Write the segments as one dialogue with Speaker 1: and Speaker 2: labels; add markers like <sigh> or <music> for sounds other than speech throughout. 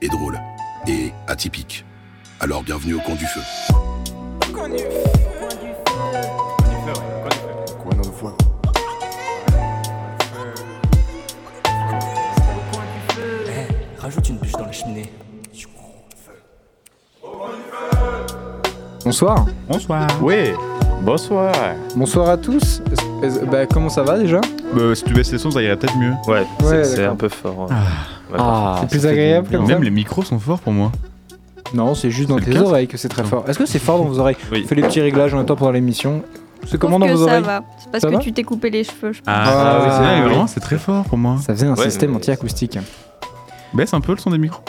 Speaker 1: et drôle. Et atypique. Alors bienvenue au Camp du Feu.
Speaker 2: Rajoute une bûche dans la cheminée.
Speaker 3: Bonsoir.
Speaker 4: Bonsoir.
Speaker 5: Oui, bonsoir.
Speaker 3: Bonsoir à tous. Est-ce- est-ce- bah, comment ça va déjà
Speaker 4: Bah, si tu baisses les sons, ça irait peut-être mieux.
Speaker 5: Ouais, c'est-
Speaker 3: Ouais,
Speaker 5: c'est
Speaker 3: d'accord.
Speaker 5: un peu fort. hein. ouais. Ouais,
Speaker 3: C'est plus agréable comme ça
Speaker 4: Même les micros sont forts pour moi.
Speaker 3: Non, c'est juste dans
Speaker 4: C'est le
Speaker 3: tes
Speaker 4: casque
Speaker 3: oreilles que c'est très fort. Est-ce que c'est fort dans vos oreilles
Speaker 5: Oui.
Speaker 3: On fait les petits réglages en même temps pendant l'émission. C'est comment dans
Speaker 6: que ça
Speaker 3: vos oreilles
Speaker 6: va. C'est parce
Speaker 3: Ça
Speaker 6: que
Speaker 3: va
Speaker 6: tu t'es coupé les cheveux. je-
Speaker 3: Ah, oui, c'est
Speaker 4: ouais,
Speaker 3: vrai.
Speaker 4: vraiment, c'est très fort pour moi.
Speaker 3: Ça faisait un
Speaker 5: Ouais,
Speaker 3: système
Speaker 6: <laughs>
Speaker 5: mais-
Speaker 3: anti-acoustique.
Speaker 4: Baisse un peu le son des micros.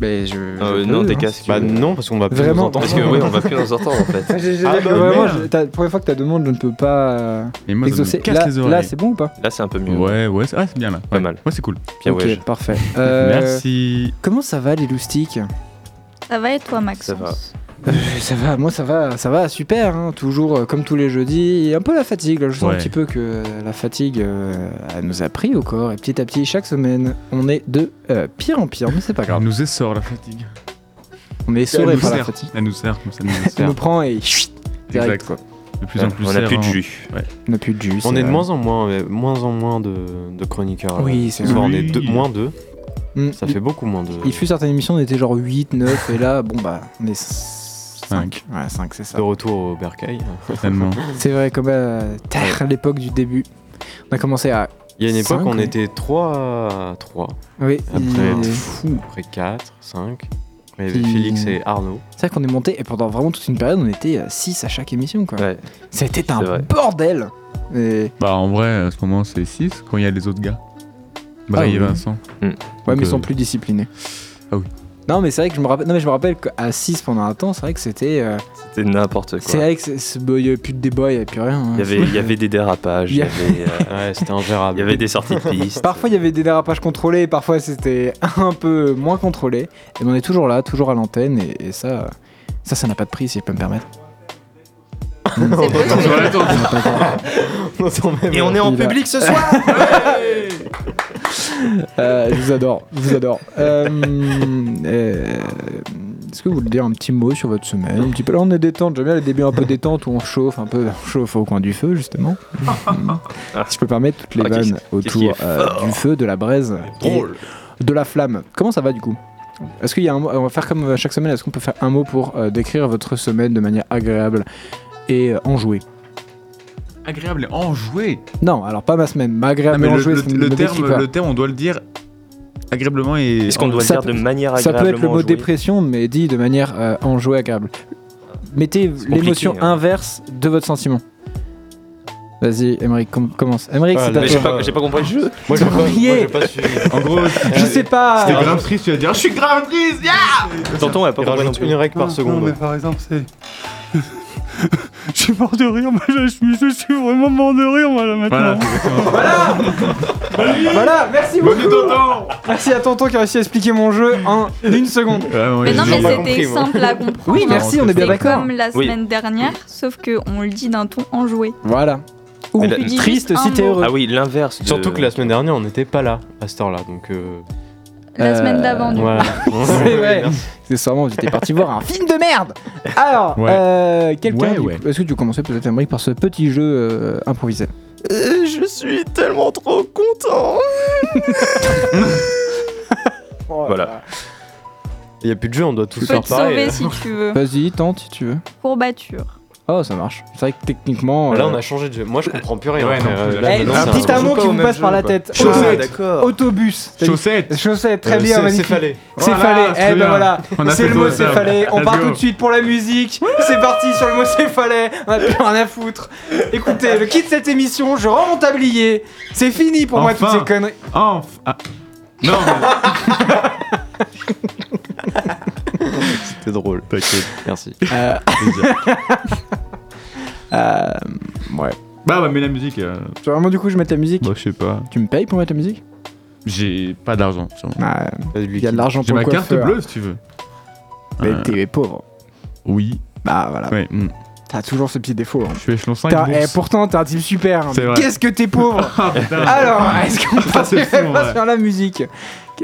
Speaker 3: Mais je.
Speaker 5: Euh,
Speaker 3: je
Speaker 5: non,
Speaker 3: peux,
Speaker 5: des
Speaker 3: hein, si
Speaker 5: casques.
Speaker 3: tu
Speaker 5: Bah
Speaker 3: veux.
Speaker 5: non, parce qu'on va plus
Speaker 3: Vraiment.
Speaker 5: nous entendre. Parce que oui, on va plus nous entendre en fait.
Speaker 7: <laughs>
Speaker 3: Ah, j'ai- j'ai-
Speaker 5: Ah,
Speaker 3: j'ai-
Speaker 5: bah,
Speaker 3: vraiment,
Speaker 5: merde.
Speaker 3: je- t'as- la première fois que t'as demande, je ne peux pas euh,
Speaker 4: Et moi, ça
Speaker 3: t'exaucer.
Speaker 4: me casse
Speaker 3: Là,
Speaker 4: les
Speaker 3: là,
Speaker 4: oreilles.
Speaker 3: c'est bon ou pas
Speaker 5: Là, c'est un peu mieux.
Speaker 4: ouais, ouais, c'est ah, c'est bien là.
Speaker 5: Pas
Speaker 4: Ouais.
Speaker 5: mal.
Speaker 4: Ouais, c'est cool.
Speaker 5: Bien,
Speaker 3: ok,
Speaker 5: ouais.
Speaker 3: parfait. Euh,
Speaker 4: Merci.
Speaker 3: Comment ça va les loustiques
Speaker 6: Ça va et toi, Maxence
Speaker 5: va.
Speaker 3: Euh, Ça va, moi ça va, ça va, super, hein, toujours euh, comme tous les jeudis. Et un peu la fatigue, là, je sens
Speaker 4: Ouais.
Speaker 3: un petit peu que euh, la fatigue euh, elle nous a pris au corps. Et petit à petit, chaque semaine, on est de euh, pire en pire, mais c'est pas
Speaker 4: Elle
Speaker 3: grave.
Speaker 4: nous essore la fatigue.
Speaker 3: On est
Speaker 4: elle
Speaker 3: sauré
Speaker 4: nous
Speaker 3: par la
Speaker 4: sert.
Speaker 3: fatigue.
Speaker 4: Elle nous sert comme ça, elle nous
Speaker 3: Elle
Speaker 4: sert.
Speaker 3: nous prend et chut, direct,
Speaker 4: Exact.
Speaker 3: quoi.
Speaker 4: De plus en plus.
Speaker 5: on a
Speaker 4: sert,
Speaker 5: plus de
Speaker 4: hein.
Speaker 5: jus.
Speaker 3: On n'a plus de jus.
Speaker 5: On
Speaker 3: c'est
Speaker 5: est de
Speaker 3: vrai.
Speaker 5: moins en moins, euh, moins en moins de, de chroniqueurs.
Speaker 7: euh,
Speaker 3: Oui, c'est
Speaker 5: Soit
Speaker 4: vrai.
Speaker 5: on est
Speaker 4: Oui.
Speaker 5: deux, moins deux,
Speaker 3: Mm.
Speaker 5: ça
Speaker 3: Il-
Speaker 5: fait beaucoup moins de.
Speaker 3: Il fut certaines émissions, on était genre 8, 9, et là, bon bah, on est 5. Ouais, 5, c'est ça.
Speaker 5: de retour au bercail.
Speaker 4: Tellement.
Speaker 3: C'est vrai, comme euh, tard, à l'époque du début, on a commencé à.
Speaker 5: Il y a une époque,
Speaker 3: Cinq,
Speaker 5: on
Speaker 3: ouais.
Speaker 5: était trois, trois.
Speaker 3: Oui,
Speaker 5: Après,
Speaker 3: il-
Speaker 5: euh,
Speaker 3: fou.
Speaker 5: Après quatre, cinq. Il y avait
Speaker 3: Puis-
Speaker 5: Félix et Arnaud.
Speaker 3: C'est vrai qu'on est monté et pendant vraiment toute une période, on était 6 à chaque émission. Quoi.
Speaker 5: Ouais.
Speaker 3: C'était un
Speaker 5: C'est vrai.
Speaker 3: bordel. Et...
Speaker 4: Bah, en vrai, à ce moment, c'est 6 quand il y a les autres gars.
Speaker 3: Ah,
Speaker 4: Bah, il y
Speaker 3: oui.
Speaker 4: a Vincent.
Speaker 3: Ouais, mais ils
Speaker 4: euh,
Speaker 3: sont plus disciplinés.
Speaker 4: Ah oui.
Speaker 3: Non, mais c'est vrai que je me rappelle, non, mais je me rappelle qu'à 6 pendant un temps, c'est vrai que c'était. euh,
Speaker 5: C'était n'importe quoi.
Speaker 3: C'est vrai que c'est- c'est- bah, il n'y avait plus de débat, il n'y avait plus rien. hein.
Speaker 5: Il y, avait, il y avait des dérapages, il y avait,
Speaker 7: <laughs>
Speaker 5: euh,
Speaker 7: Ouais, c'était ingérable. <laughs>
Speaker 5: il y avait des sorties de piste.
Speaker 3: Parfois il y avait des dérapages contrôlés, parfois c'était <laughs> un peu moins contrôlé. Et ben, on est toujours là, toujours à l'antenne, et, et ça, ça, ça n'a pas de prix si je peux me permettre.
Speaker 6: C'est possible.
Speaker 3: Ça n'a pas de prix.
Speaker 5: Et on est
Speaker 3: Il a-
Speaker 5: ce
Speaker 3: <laughs>
Speaker 5: soir
Speaker 3: Euh, je vous adore, je vous <laughs> adore. Euh, euh, Est-ce que vous voulez dire un petit mot sur votre semaine un petit peu Là, on est détente, j'aime bien les débuts un peu détente où on chauffe un peu, on chauffe au coin du feu, justement. si je peux permettre toutes les
Speaker 5: Ah, qu'est-ce-
Speaker 3: vannes
Speaker 5: qu'est-ce qui
Speaker 3: autour
Speaker 5: est
Speaker 3: euh, du feu, de la braise, et de la flamme. Comment ça va du coup Est-ce qu'il y a un mot On va faire comme euh, chaque semaine, est-ce qu'on peut faire un mot pour euh, décrire votre semaine de manière agréable et euh, enjouée
Speaker 4: Agréable et enjoué.
Speaker 3: Non, alors pas ma semaine, mais
Speaker 4: Ah,
Speaker 3: agréable
Speaker 4: mais
Speaker 3: et
Speaker 4: le,
Speaker 3: enjouée,
Speaker 4: le-
Speaker 3: ça ne
Speaker 4: le
Speaker 3: me décrit
Speaker 4: terme,
Speaker 3: pas.
Speaker 4: le terme, on doit le dire agréablement et.
Speaker 5: Est-ce qu'on doit
Speaker 3: Ça
Speaker 5: le dire
Speaker 3: peut-
Speaker 5: de manière
Speaker 3: Ça peut
Speaker 5: agréablement
Speaker 3: être le mot
Speaker 5: enjouée
Speaker 3: dépression, mais dit de manière euh, enjouée, agréable. Mettez
Speaker 5: compliqué,
Speaker 3: l'émotion
Speaker 5: hein.
Speaker 3: inverse de votre sentiment. J'ai- Vas-y, Emmerich, com- commence. Emmerich,
Speaker 7: Ah,
Speaker 3: c'est
Speaker 7: là,
Speaker 3: à
Speaker 5: Mais
Speaker 3: toi.
Speaker 5: j'ai pas, j'ai pas compris
Speaker 7: <laughs>
Speaker 5: le jeu.
Speaker 7: Moi, j'ai pas, moi,
Speaker 3: brillé.
Speaker 7: j'ai pas suivi.
Speaker 4: En gros,
Speaker 3: Je sais pas.
Speaker 4: T'es grave triste, tu vas dire Je suis grave triste yeah
Speaker 5: Tonton, elle a pas
Speaker 7: Il
Speaker 5: compris non
Speaker 7: rajoute
Speaker 5: plus.
Speaker 7: une règle par
Speaker 4: Non, mais
Speaker 7: seconde.
Speaker 4: par exemple, c'est. <laughs> je suis mort de rire, moi je suis, je suis vraiment mort de rire, moi là maintenant. <laughs>
Speaker 3: Voilà, merci beaucoup. Merci à Tonton qui a réussi à expliquer mon jeu en une seconde.
Speaker 6: Mais non,
Speaker 7: j'ai
Speaker 6: mais
Speaker 7: pas
Speaker 6: c'était
Speaker 7: compris, moi.
Speaker 6: simple à comprendre.
Speaker 3: Oui, merci, on est bien
Speaker 6: C'est
Speaker 3: d'accord.
Speaker 6: comme la
Speaker 5: Oui.
Speaker 6: semaine dernière, sauf qu'on le dit d'un ton enjoué.
Speaker 3: Voilà. Ou
Speaker 5: Mais la-
Speaker 3: triste
Speaker 6: juste
Speaker 3: si
Speaker 6: un
Speaker 3: t'es
Speaker 6: mot.
Speaker 3: heureux.
Speaker 5: Ah oui, l'inverse. de-
Speaker 7: Surtout que la semaine dernière, on n'était pas là à cette heure-là, donc. Euh,
Speaker 6: La
Speaker 3: Euh,
Speaker 6: semaine d'avant, du coup.
Speaker 7: voilà. <laughs>
Speaker 3: <laughs> C'est vrai. C'est sûrement j'étais parti voir un film de merde. Alors,
Speaker 4: Ouais.
Speaker 3: euh, quelqu'un,
Speaker 4: Ouais,
Speaker 3: du-
Speaker 4: ouais.
Speaker 3: est-ce que tu veux commencer peut-être Emmerich par ce petit jeu euh, improvisé
Speaker 5: Euh, Je suis tellement trop
Speaker 7: <laughs>
Speaker 5: content. Voilà.
Speaker 7: Il y a plus de jeu, on doit tous
Speaker 6: Peux
Speaker 7: faire
Speaker 6: te sauver
Speaker 7: pareil.
Speaker 6: si tu
Speaker 3: <laughs>
Speaker 6: veux.
Speaker 3: Vas-y, tente si tu veux.
Speaker 6: Courbature.
Speaker 3: Oh, ça marche. C'est vrai que techniquement.
Speaker 7: hein. Là,
Speaker 3: euh,
Speaker 7: on a changé de jeu. Moi, je comprends plus rien.
Speaker 4: Ouais,
Speaker 7: frère.
Speaker 4: non plus,
Speaker 7: Euh,
Speaker 4: là,
Speaker 7: là,
Speaker 3: Eh,
Speaker 7: maintenant,
Speaker 3: un
Speaker 7: ça-
Speaker 3: petit
Speaker 7: on joue pas
Speaker 3: mot qui
Speaker 7: au
Speaker 3: vous
Speaker 7: même
Speaker 3: passe
Speaker 7: jeu,
Speaker 3: par la
Speaker 7: quoi.
Speaker 3: tête.
Speaker 5: Ah,
Speaker 3: Chaussette.
Speaker 5: d'accord.
Speaker 3: Autobus. T'as dit-
Speaker 4: Chaussettes
Speaker 3: Chaussette, très
Speaker 7: Euh,
Speaker 3: bien,
Speaker 7: c'est-
Speaker 3: magnifique.
Speaker 7: C'est fallait.
Speaker 3: C'est
Speaker 4: Voilà,
Speaker 3: fallait. Eh
Speaker 4: très
Speaker 3: ben
Speaker 4: bien.
Speaker 3: voilà.
Speaker 4: On a
Speaker 3: C'est
Speaker 4: fait
Speaker 3: le mot
Speaker 4: deux
Speaker 3: c'est
Speaker 4: heures.
Speaker 3: fallait. On
Speaker 4: Let's
Speaker 3: part
Speaker 4: go.
Speaker 3: tout de suite pour la musique. C'est parti sur le mot c'est fallait. On a plus rien à foutre. Écoutez, je quitte cette émission. Je rends mon tablier. C'est fini pour moi toutes
Speaker 4: Enfin.
Speaker 3: ces conneries.
Speaker 4: Enfin ah. Non, mais...
Speaker 5: C'était drôle. Merci.
Speaker 3: Euh, euh,
Speaker 4: Bah ouais, mais la musique. euh,
Speaker 3: tu veux vraiment du coup je mette la musique
Speaker 4: Bah, je sais pas.
Speaker 3: Tu me payes pour mettre la musique
Speaker 4: J'ai pas d'argent. sûrement.
Speaker 3: Ah,
Speaker 7: Pas de
Speaker 3: Il y a
Speaker 7: liquide.
Speaker 3: de l'argent
Speaker 4: J'ai
Speaker 3: pour
Speaker 4: ma
Speaker 3: le
Speaker 4: carte
Speaker 3: coiffeur. hein.
Speaker 4: bleue si tu veux.
Speaker 3: Mais
Speaker 4: Euh,
Speaker 3: t'es pauvre.
Speaker 4: Oui.
Speaker 3: Bah voilà.
Speaker 4: Ouais, mm.
Speaker 3: T'as toujours ce petit défaut. hein.
Speaker 4: je suis échelon 5.
Speaker 3: T'as-
Speaker 4: bourse.
Speaker 3: eh, pourtant, t'es un type super. hein.
Speaker 4: C'est vrai.
Speaker 3: Qu'est-ce que t'es pauvre
Speaker 4: <laughs> Ah, putain.
Speaker 3: Alors, est-ce qu'on
Speaker 4: Ça, c'est
Speaker 3: passerait
Speaker 4: fou, en
Speaker 3: <laughs> pas
Speaker 4: vrai.
Speaker 3: sur la musique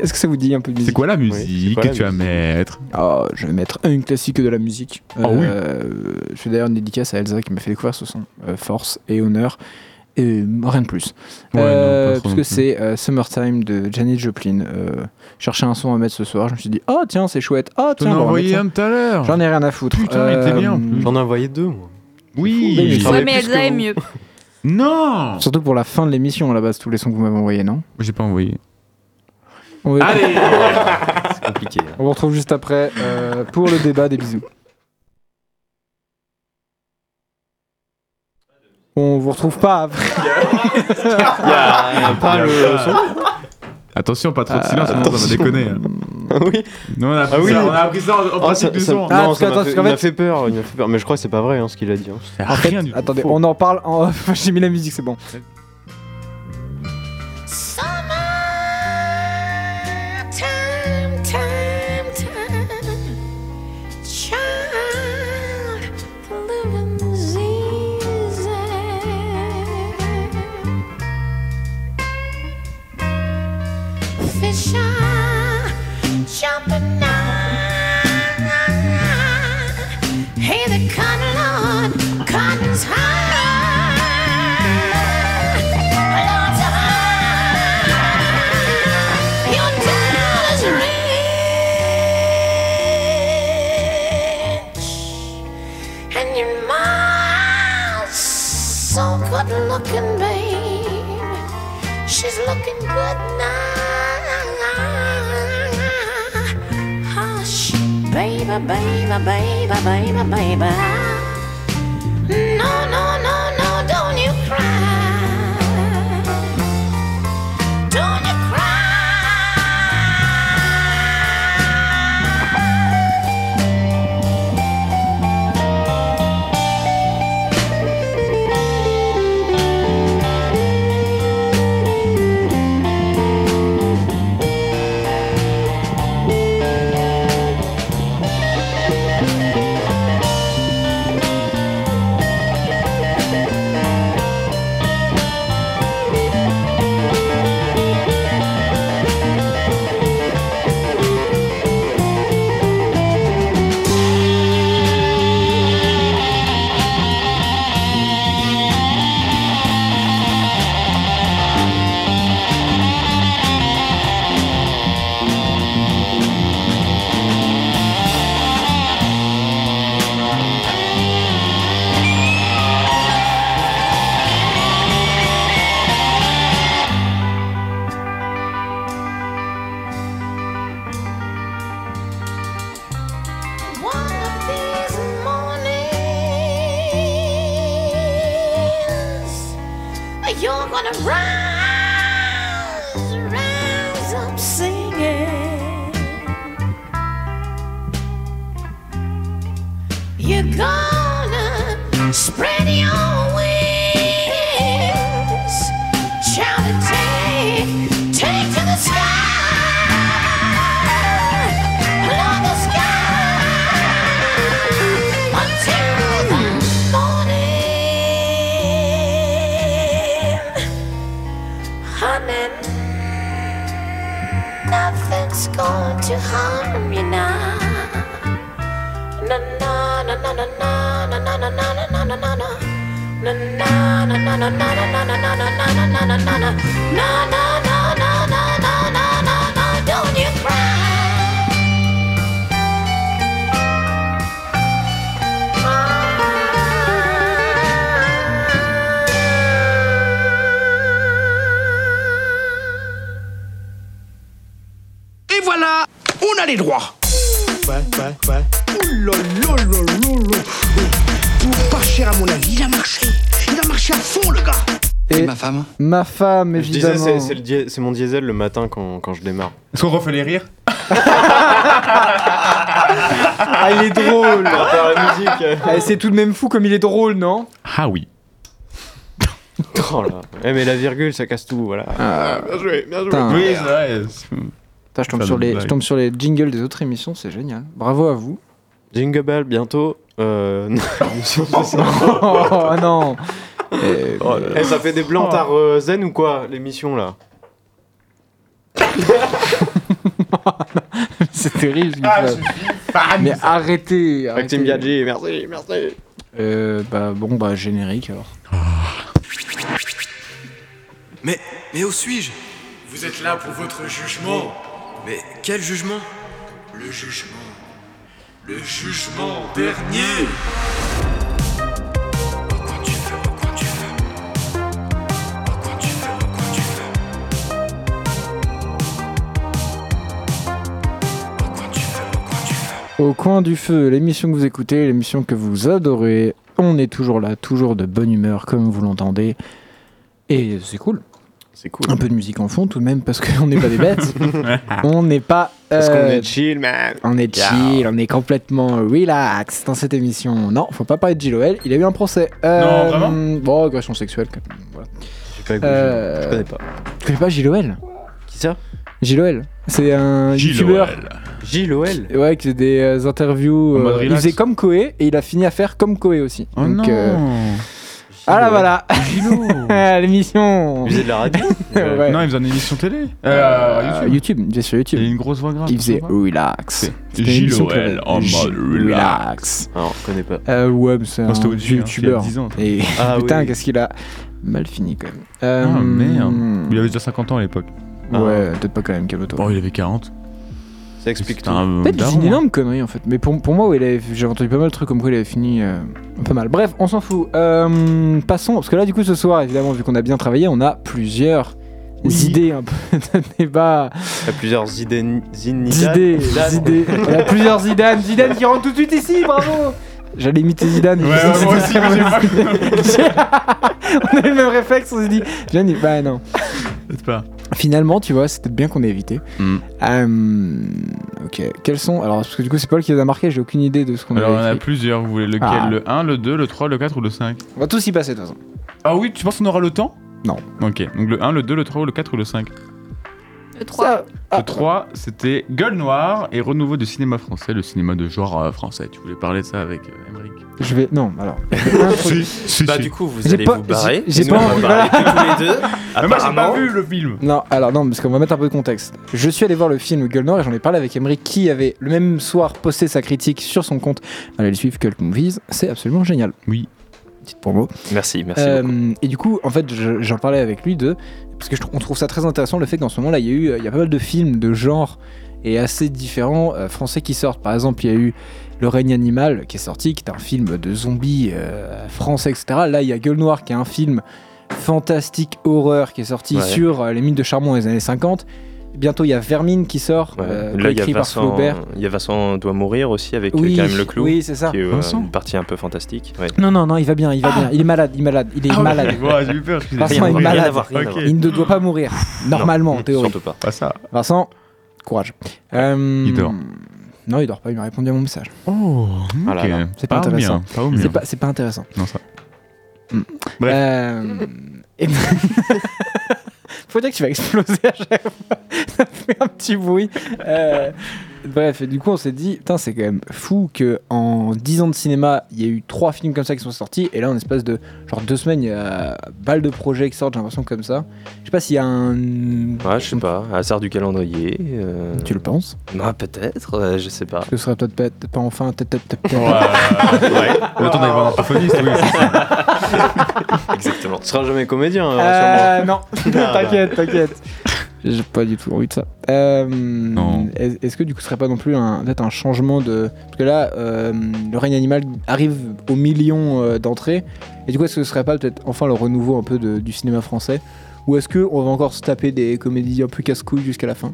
Speaker 3: Est-ce que ça vous dit un peu de musique
Speaker 4: C'est quoi la
Speaker 5: c'est
Speaker 4: musique
Speaker 5: quoi
Speaker 4: que
Speaker 5: la
Speaker 4: tu vas
Speaker 5: musique
Speaker 4: mettre
Speaker 3: Ah, Je vais mettre une classique de la musique.
Speaker 4: Ah oui.
Speaker 3: Euh, Je fais d'ailleurs une dédicace à Elsa qui m'a fait découvrir ce son. Euh, force et honneur. Et rien de plus.
Speaker 4: Ouais, non, pas
Speaker 3: Euh,
Speaker 4: trop
Speaker 3: parce
Speaker 4: non
Speaker 3: que
Speaker 4: plus.
Speaker 3: c'est euh, Summertime de Janet Joplin. Euh, je cherchais un son à mettre ce soir. Je me suis dit, oh tiens, c'est chouette. Oh
Speaker 4: T'en
Speaker 3: tiens,
Speaker 4: as
Speaker 3: bon, on va
Speaker 4: envoyé
Speaker 3: mettre
Speaker 4: un tout à l'heure.
Speaker 3: ça. J'en ai rien à foutre. Euh,
Speaker 4: Putain, il était bien, en plus.
Speaker 5: J'en ai envoyé deux, moi.
Speaker 3: Mais
Speaker 4: Oui.
Speaker 3: je
Speaker 6: Ouais,
Speaker 3: savais
Speaker 6: mais
Speaker 3: plus que
Speaker 6: Elsa est
Speaker 3: vous.
Speaker 6: mieux.
Speaker 4: Non
Speaker 3: Surtout pour la fin de l'émission à la base, tous les sons que vous m'avez envoyés, non
Speaker 4: J'ai pas envoyé.
Speaker 3: On-
Speaker 5: C'est compliqué. hein.
Speaker 3: On vous retrouve juste après euh, pour le débat. Des bisous. On vous retrouve pas après. Ah,
Speaker 5: pas le son.
Speaker 4: Attention, pas trop de silence, sinon ça va déconner.
Speaker 5: Oui.
Speaker 4: Non, on a appris
Speaker 5: oui.
Speaker 4: ça, on a appris ça en- en
Speaker 5: Ah,
Speaker 4: principe
Speaker 5: ça,
Speaker 4: du
Speaker 5: ça-
Speaker 4: son.
Speaker 3: Ah,
Speaker 5: non,
Speaker 3: parce
Speaker 5: ça m'a
Speaker 3: que, attends,
Speaker 5: fait,
Speaker 3: parce qu'en
Speaker 5: il m'a
Speaker 3: fait-
Speaker 5: fait peur, il m'a fait peur. Mais je crois que c'est pas vrai hein, ce qu'il a dit. hein.
Speaker 4: Ah, rien du tout.
Speaker 3: Attendez,
Speaker 4: Faux.
Speaker 3: on en parle en <laughs> off. J'ai mis la musique, c'est bon.
Speaker 8: Time, time, time. Child, the living's easy. Fish are jumping now. Hey, the cotton on, cotton's high. Lord's high. Your dollar's rich, and your mom's so good looking, babe. She's looking good now. Hush, baby, baby, baby, baby, baby. No, no, no, no, don't you cry. Don't you cry. One of these mornings, you're gonna rise, rise up singing. You're gonna spread your wings, shout and take, take to the sky, love the sky, until the morning, honey. Nothing's going to harm you now. Na na na na na na na na na na na na na na. Na na na na na na na na na na na na na na na na. Na na na na na na na na na. Don't you cry.
Speaker 2: Et voilà, on a les droits. Pour pas cher à mon avis, il a marché. Il a marché à fond le gars.
Speaker 3: Et
Speaker 9: Ma femme
Speaker 3: ma femme,
Speaker 5: Je disais, c'est-
Speaker 3: évidemment.
Speaker 5: c'est le dié- c'est mon diesel le matin quand, quand je <laughs> démarre.
Speaker 4: Est-ce qu'on refait les rires
Speaker 3: Ah, il est drôle. <laughs>
Speaker 5: Attends, la musique.
Speaker 3: Ah, c'est tout de même fou comme il est drôle, non
Speaker 4: Ah oui.
Speaker 5: <laughs> Oh là. Eh, mais la virgule, ça casse tout, voilà. bien joué, bien joué.
Speaker 3: Putain.
Speaker 4: Oui, c'est vrai.
Speaker 3: Putain, je, tombe
Speaker 4: Putain
Speaker 3: sur
Speaker 4: de
Speaker 3: les,
Speaker 4: blague.
Speaker 3: je tombe sur les jingles des autres émissions, c'est génial. Bravo à vous.
Speaker 5: Jingle Bell, bientôt. Euh... non, <laughs> c'est ça. <laughs>
Speaker 3: <laughs> Oh non Euh,
Speaker 4: Oh
Speaker 5: Eh, ça euh, fait des blancs à zen ou quoi, l'émission là
Speaker 3: <laughs> C'est terrible. ce qu'il
Speaker 4: Ah, je
Speaker 3: fait.
Speaker 4: suis fan.
Speaker 3: Mais arrêtez. arrêtez.
Speaker 5: Maxime Biaggi, merci, merci.
Speaker 3: Euh, bah bon, bah générique alors.
Speaker 9: Mais, mais où suis-je
Speaker 1: Vous êtes là pour votre jugement.
Speaker 9: Mais quel jugement
Speaker 1: Le jugement. Le jugement dernier.
Speaker 3: Au coin du feu, l'émission que vous écoutez, l'émission que vous adorez. On est toujours là, toujours de bonne humeur, comme vous l'entendez. Et c'est cool.
Speaker 5: C'est cool.
Speaker 3: Un peu de musique en fond tout de même, parce <laughs> qu'on n'est pas
Speaker 5: <laughs>
Speaker 3: des bêtes. on n'est pas.
Speaker 5: Parce qu'on
Speaker 3: euh,
Speaker 5: est chill, man.
Speaker 3: On est chill, on est complètement relax dans cette émission. Non, faut pas parler de Gilles Oel, il a eu un procès.
Speaker 5: Non,
Speaker 3: vraiment Bon, agression sexuelle. quand même, Voilà.
Speaker 5: pas écouté, je connais pas.
Speaker 3: Tu connais pas Gilles Oel
Speaker 5: Qui ça
Speaker 3: Gilles Oel. C'est un
Speaker 5: Gilles
Speaker 3: youtubeur.
Speaker 5: Oel. Gilles Oel
Speaker 3: Ouais, qui faisait des euh, interviews.
Speaker 5: En mode
Speaker 3: euh, il
Speaker 5: relax.
Speaker 3: faisait comme Koé et il a fini à faire comme Koé aussi.
Speaker 5: Oh
Speaker 3: Donc,
Speaker 5: non. Oh.
Speaker 3: euh, Ah là voilà <laughs> Ah, L'émission
Speaker 5: Il faisait de la radio
Speaker 3: <laughs>
Speaker 5: <laughs>
Speaker 3: Ouais.
Speaker 4: Non, il faisait une émission télé.
Speaker 3: Euh,
Speaker 4: YouTube.
Speaker 3: YouTube, il faisait sur YouTube.
Speaker 4: Une grosse voix
Speaker 5: Ah,
Speaker 4: grave.
Speaker 3: Il faisait
Speaker 4: grosse voix.
Speaker 3: relax.
Speaker 4: C'est
Speaker 3: C'était une
Speaker 4: Gilles
Speaker 3: émission
Speaker 4: Oel
Speaker 3: que-
Speaker 4: en mode
Speaker 3: Gilles-
Speaker 4: relax.
Speaker 5: Non, je connais pas.
Speaker 3: Euh, ouais, mais c'est
Speaker 4: Moi, c'était
Speaker 3: un
Speaker 4: au dessus, hein,
Speaker 3: youtubeur.
Speaker 4: il y a 10 ans, toi.
Speaker 3: Et
Speaker 4: Ah
Speaker 3: putain,
Speaker 4: oui.
Speaker 3: qu'est-ce qu'il a mal fini quand même.
Speaker 4: Ah
Speaker 3: Euh,
Speaker 4: merde. Ah. Il avait déjà 50 ans à l'époque.
Speaker 3: Ouais, peut-être pas quand même, calme-toi.
Speaker 4: Oh, il avait 40.
Speaker 5: Ça explique tout.
Speaker 3: Peut-être que c'est
Speaker 4: daron,
Speaker 3: une
Speaker 4: hein.
Speaker 3: énorme connerie en fait. Mais pour, pour moi, ouais, il avait- j'ai entendu pas mal de trucs comme quoi il avait fini euh, pas mal. Bref, on s'en fout. Euh, passons, parce que là, du coup, ce soir, évidemment, vu qu'on a bien travaillé, on a plusieurs idées un peu de <laughs> débat.
Speaker 5: Il y a plusieurs idées.
Speaker 3: Zidane, Zidane. On a plusieurs Zidane. Zidane qui rentre tout de suite ici, bravo J'allais imiter Zidane.
Speaker 4: Ouais, ouais, moi aussi, mais j'ai
Speaker 3: <laughs>
Speaker 4: pas
Speaker 3: on a eu le même réflexe, on s'est dit, Zidane, il- bah non.
Speaker 4: Peut-être pas.
Speaker 3: Finalement, tu vois, c'était bien qu'on ait évité.
Speaker 4: Mm.
Speaker 3: Euh, ok, quels sont. Alors, parce que du coup, c'est Paul qui les a marqués, j'ai aucune idée de ce qu'on
Speaker 4: Alors, on
Speaker 3: avait
Speaker 4: en a
Speaker 3: écrit.
Speaker 4: plusieurs. Vous voulez lequel
Speaker 3: Ah.
Speaker 4: Le 1, le 2, le 3, le 4 ou le 5
Speaker 3: On va tous y passer de toute façon.
Speaker 4: Ah oui, tu penses qu'on aura le temps
Speaker 3: Non.
Speaker 4: Ok, donc le 1, le 2, le 3 ou le 4 ou le 5
Speaker 6: Le 3.
Speaker 3: Ah.
Speaker 4: Le 3, c'était Gueule Noire et renouveau du cinéma français, le cinéma de genre euh, français. Tu voulais parler de ça avec euh, Emmerich
Speaker 3: Je vais. Non,
Speaker 4: <laughs>
Speaker 3: alors.
Speaker 7: Bah, du coup, vous
Speaker 3: J'ai
Speaker 7: allez
Speaker 3: pas-
Speaker 7: vous barrer.
Speaker 3: j'ai- j'ai
Speaker 7: Sinon,
Speaker 3: pas
Speaker 7: on
Speaker 3: envie-
Speaker 7: va parler
Speaker 5: <laughs>
Speaker 7: tous les deux.
Speaker 4: Mais moi, j'ai pas
Speaker 7: Apparemment,
Speaker 4: vu le film
Speaker 3: Non, alors non, parce qu'on va mettre un peu de contexte. Je suis allé voir le film Gueule Noire et j'en ai parlé avec Emery qui avait le même soir posté sa critique sur son compte. Allez le suivre, Cult Movies, c'est absolument génial.
Speaker 4: Oui.
Speaker 3: Petite promo.
Speaker 7: Merci, merci.
Speaker 3: Euh,
Speaker 7: beaucoup.
Speaker 3: et du coup, en fait, je- j'en parlais avec lui de. Parce que je, trou- on trouve ça très intéressant le fait qu'en ce moment-là, il y a eu euh, il y a pas mal de films de genre et assez différents euh, français qui sortent. Par exemple, il y a eu Le règne animal qui est sorti, qui est un film de zombies euh, français, etc. Là, il y a Gueule Noire qui est un film fantastique horreur qui est sorti
Speaker 7: Ouais.
Speaker 3: sur euh, les mines de charbon des années 50. Bientôt, il y a Vermine qui sort,
Speaker 7: Ouais.
Speaker 3: euh,
Speaker 7: Là, il y a
Speaker 3: écrit par
Speaker 7: Vincent.
Speaker 3: Flaubert.
Speaker 7: Il y a Vincent doit mourir aussi avec
Speaker 3: Oui,
Speaker 7: euh, Karim Leclou.
Speaker 3: oui, c'est ça.
Speaker 7: Qui est euh,
Speaker 4: Vincent
Speaker 7: une partie un peu fantastique. Ouais.
Speaker 3: Non, non, non, il va bien, il va bien. Il est malade, il est malade, il est
Speaker 4: Ah ouais,
Speaker 3: malade.
Speaker 4: <laughs> ouais, j'ai eu peur, excusez-moi.
Speaker 3: Vincent est
Speaker 7: rien
Speaker 3: malade.
Speaker 7: à voir, rien à
Speaker 4: Ok.
Speaker 7: voir.
Speaker 3: Il ne doit pas mourir, normalement, en théorie.
Speaker 7: Surtout pas.
Speaker 4: Pas ça.
Speaker 3: Vincent, courage. Euh,
Speaker 4: Il dort.
Speaker 3: Non, il dort pas, il m'a répondu à mon message.
Speaker 4: Oh,
Speaker 7: Ah là là.
Speaker 3: C'est pas intéressant. C'est pas, c'est pas intéressant.
Speaker 4: Non, ça. Bref.
Speaker 3: Euh, et- <laughs> Faut dire que tu vas exploser à chaque fois. <laughs> Ça fait un petit bruit. Euh, Bref, et du coup, on s'est dit, putain, c'est quand même fou que en 10 ans de cinéma, il y a eu trois films comme ça qui sont sortis. Et là, en espace de genre deux semaines, il y a balle de projets qui sortent, j'ai l'impression comme ça. Je sais pas s'il y a un.
Speaker 4: Euh,
Speaker 7: Ouais, je sais pas. Hasard du calendrier. euh,
Speaker 3: Tu le penses
Speaker 7: Ah, peut-être. euh, je sais
Speaker 3: <laughs>
Speaker 7: pas.
Speaker 3: Que ce serait peut-être pas, peut-être pas enfin, peut-être, peut-être, peut-être.
Speaker 4: ouais. Le temps d'aller voir un orthophoniste, oui.
Speaker 7: Exactement.
Speaker 5: Tu seras jamais comédien, euh,
Speaker 3: Euh, non,
Speaker 5: sûrement.
Speaker 3: t'inquiète, t'inquiète. J'ai pas du tout envie de ça. Euh,
Speaker 4: Non.
Speaker 3: est- Est-ce que du coup ce serait pas non plus un- peut-être un changement de. Parce que là, euh, le règne animal arrive au million euh, d'entrées. Et du coup, est-ce que ce serait pas peut-être enfin le renouveau un peu de- du cinéma français Ou est-ce qu'on va encore se taper des comédies un peu casse-couilles jusqu'à la fin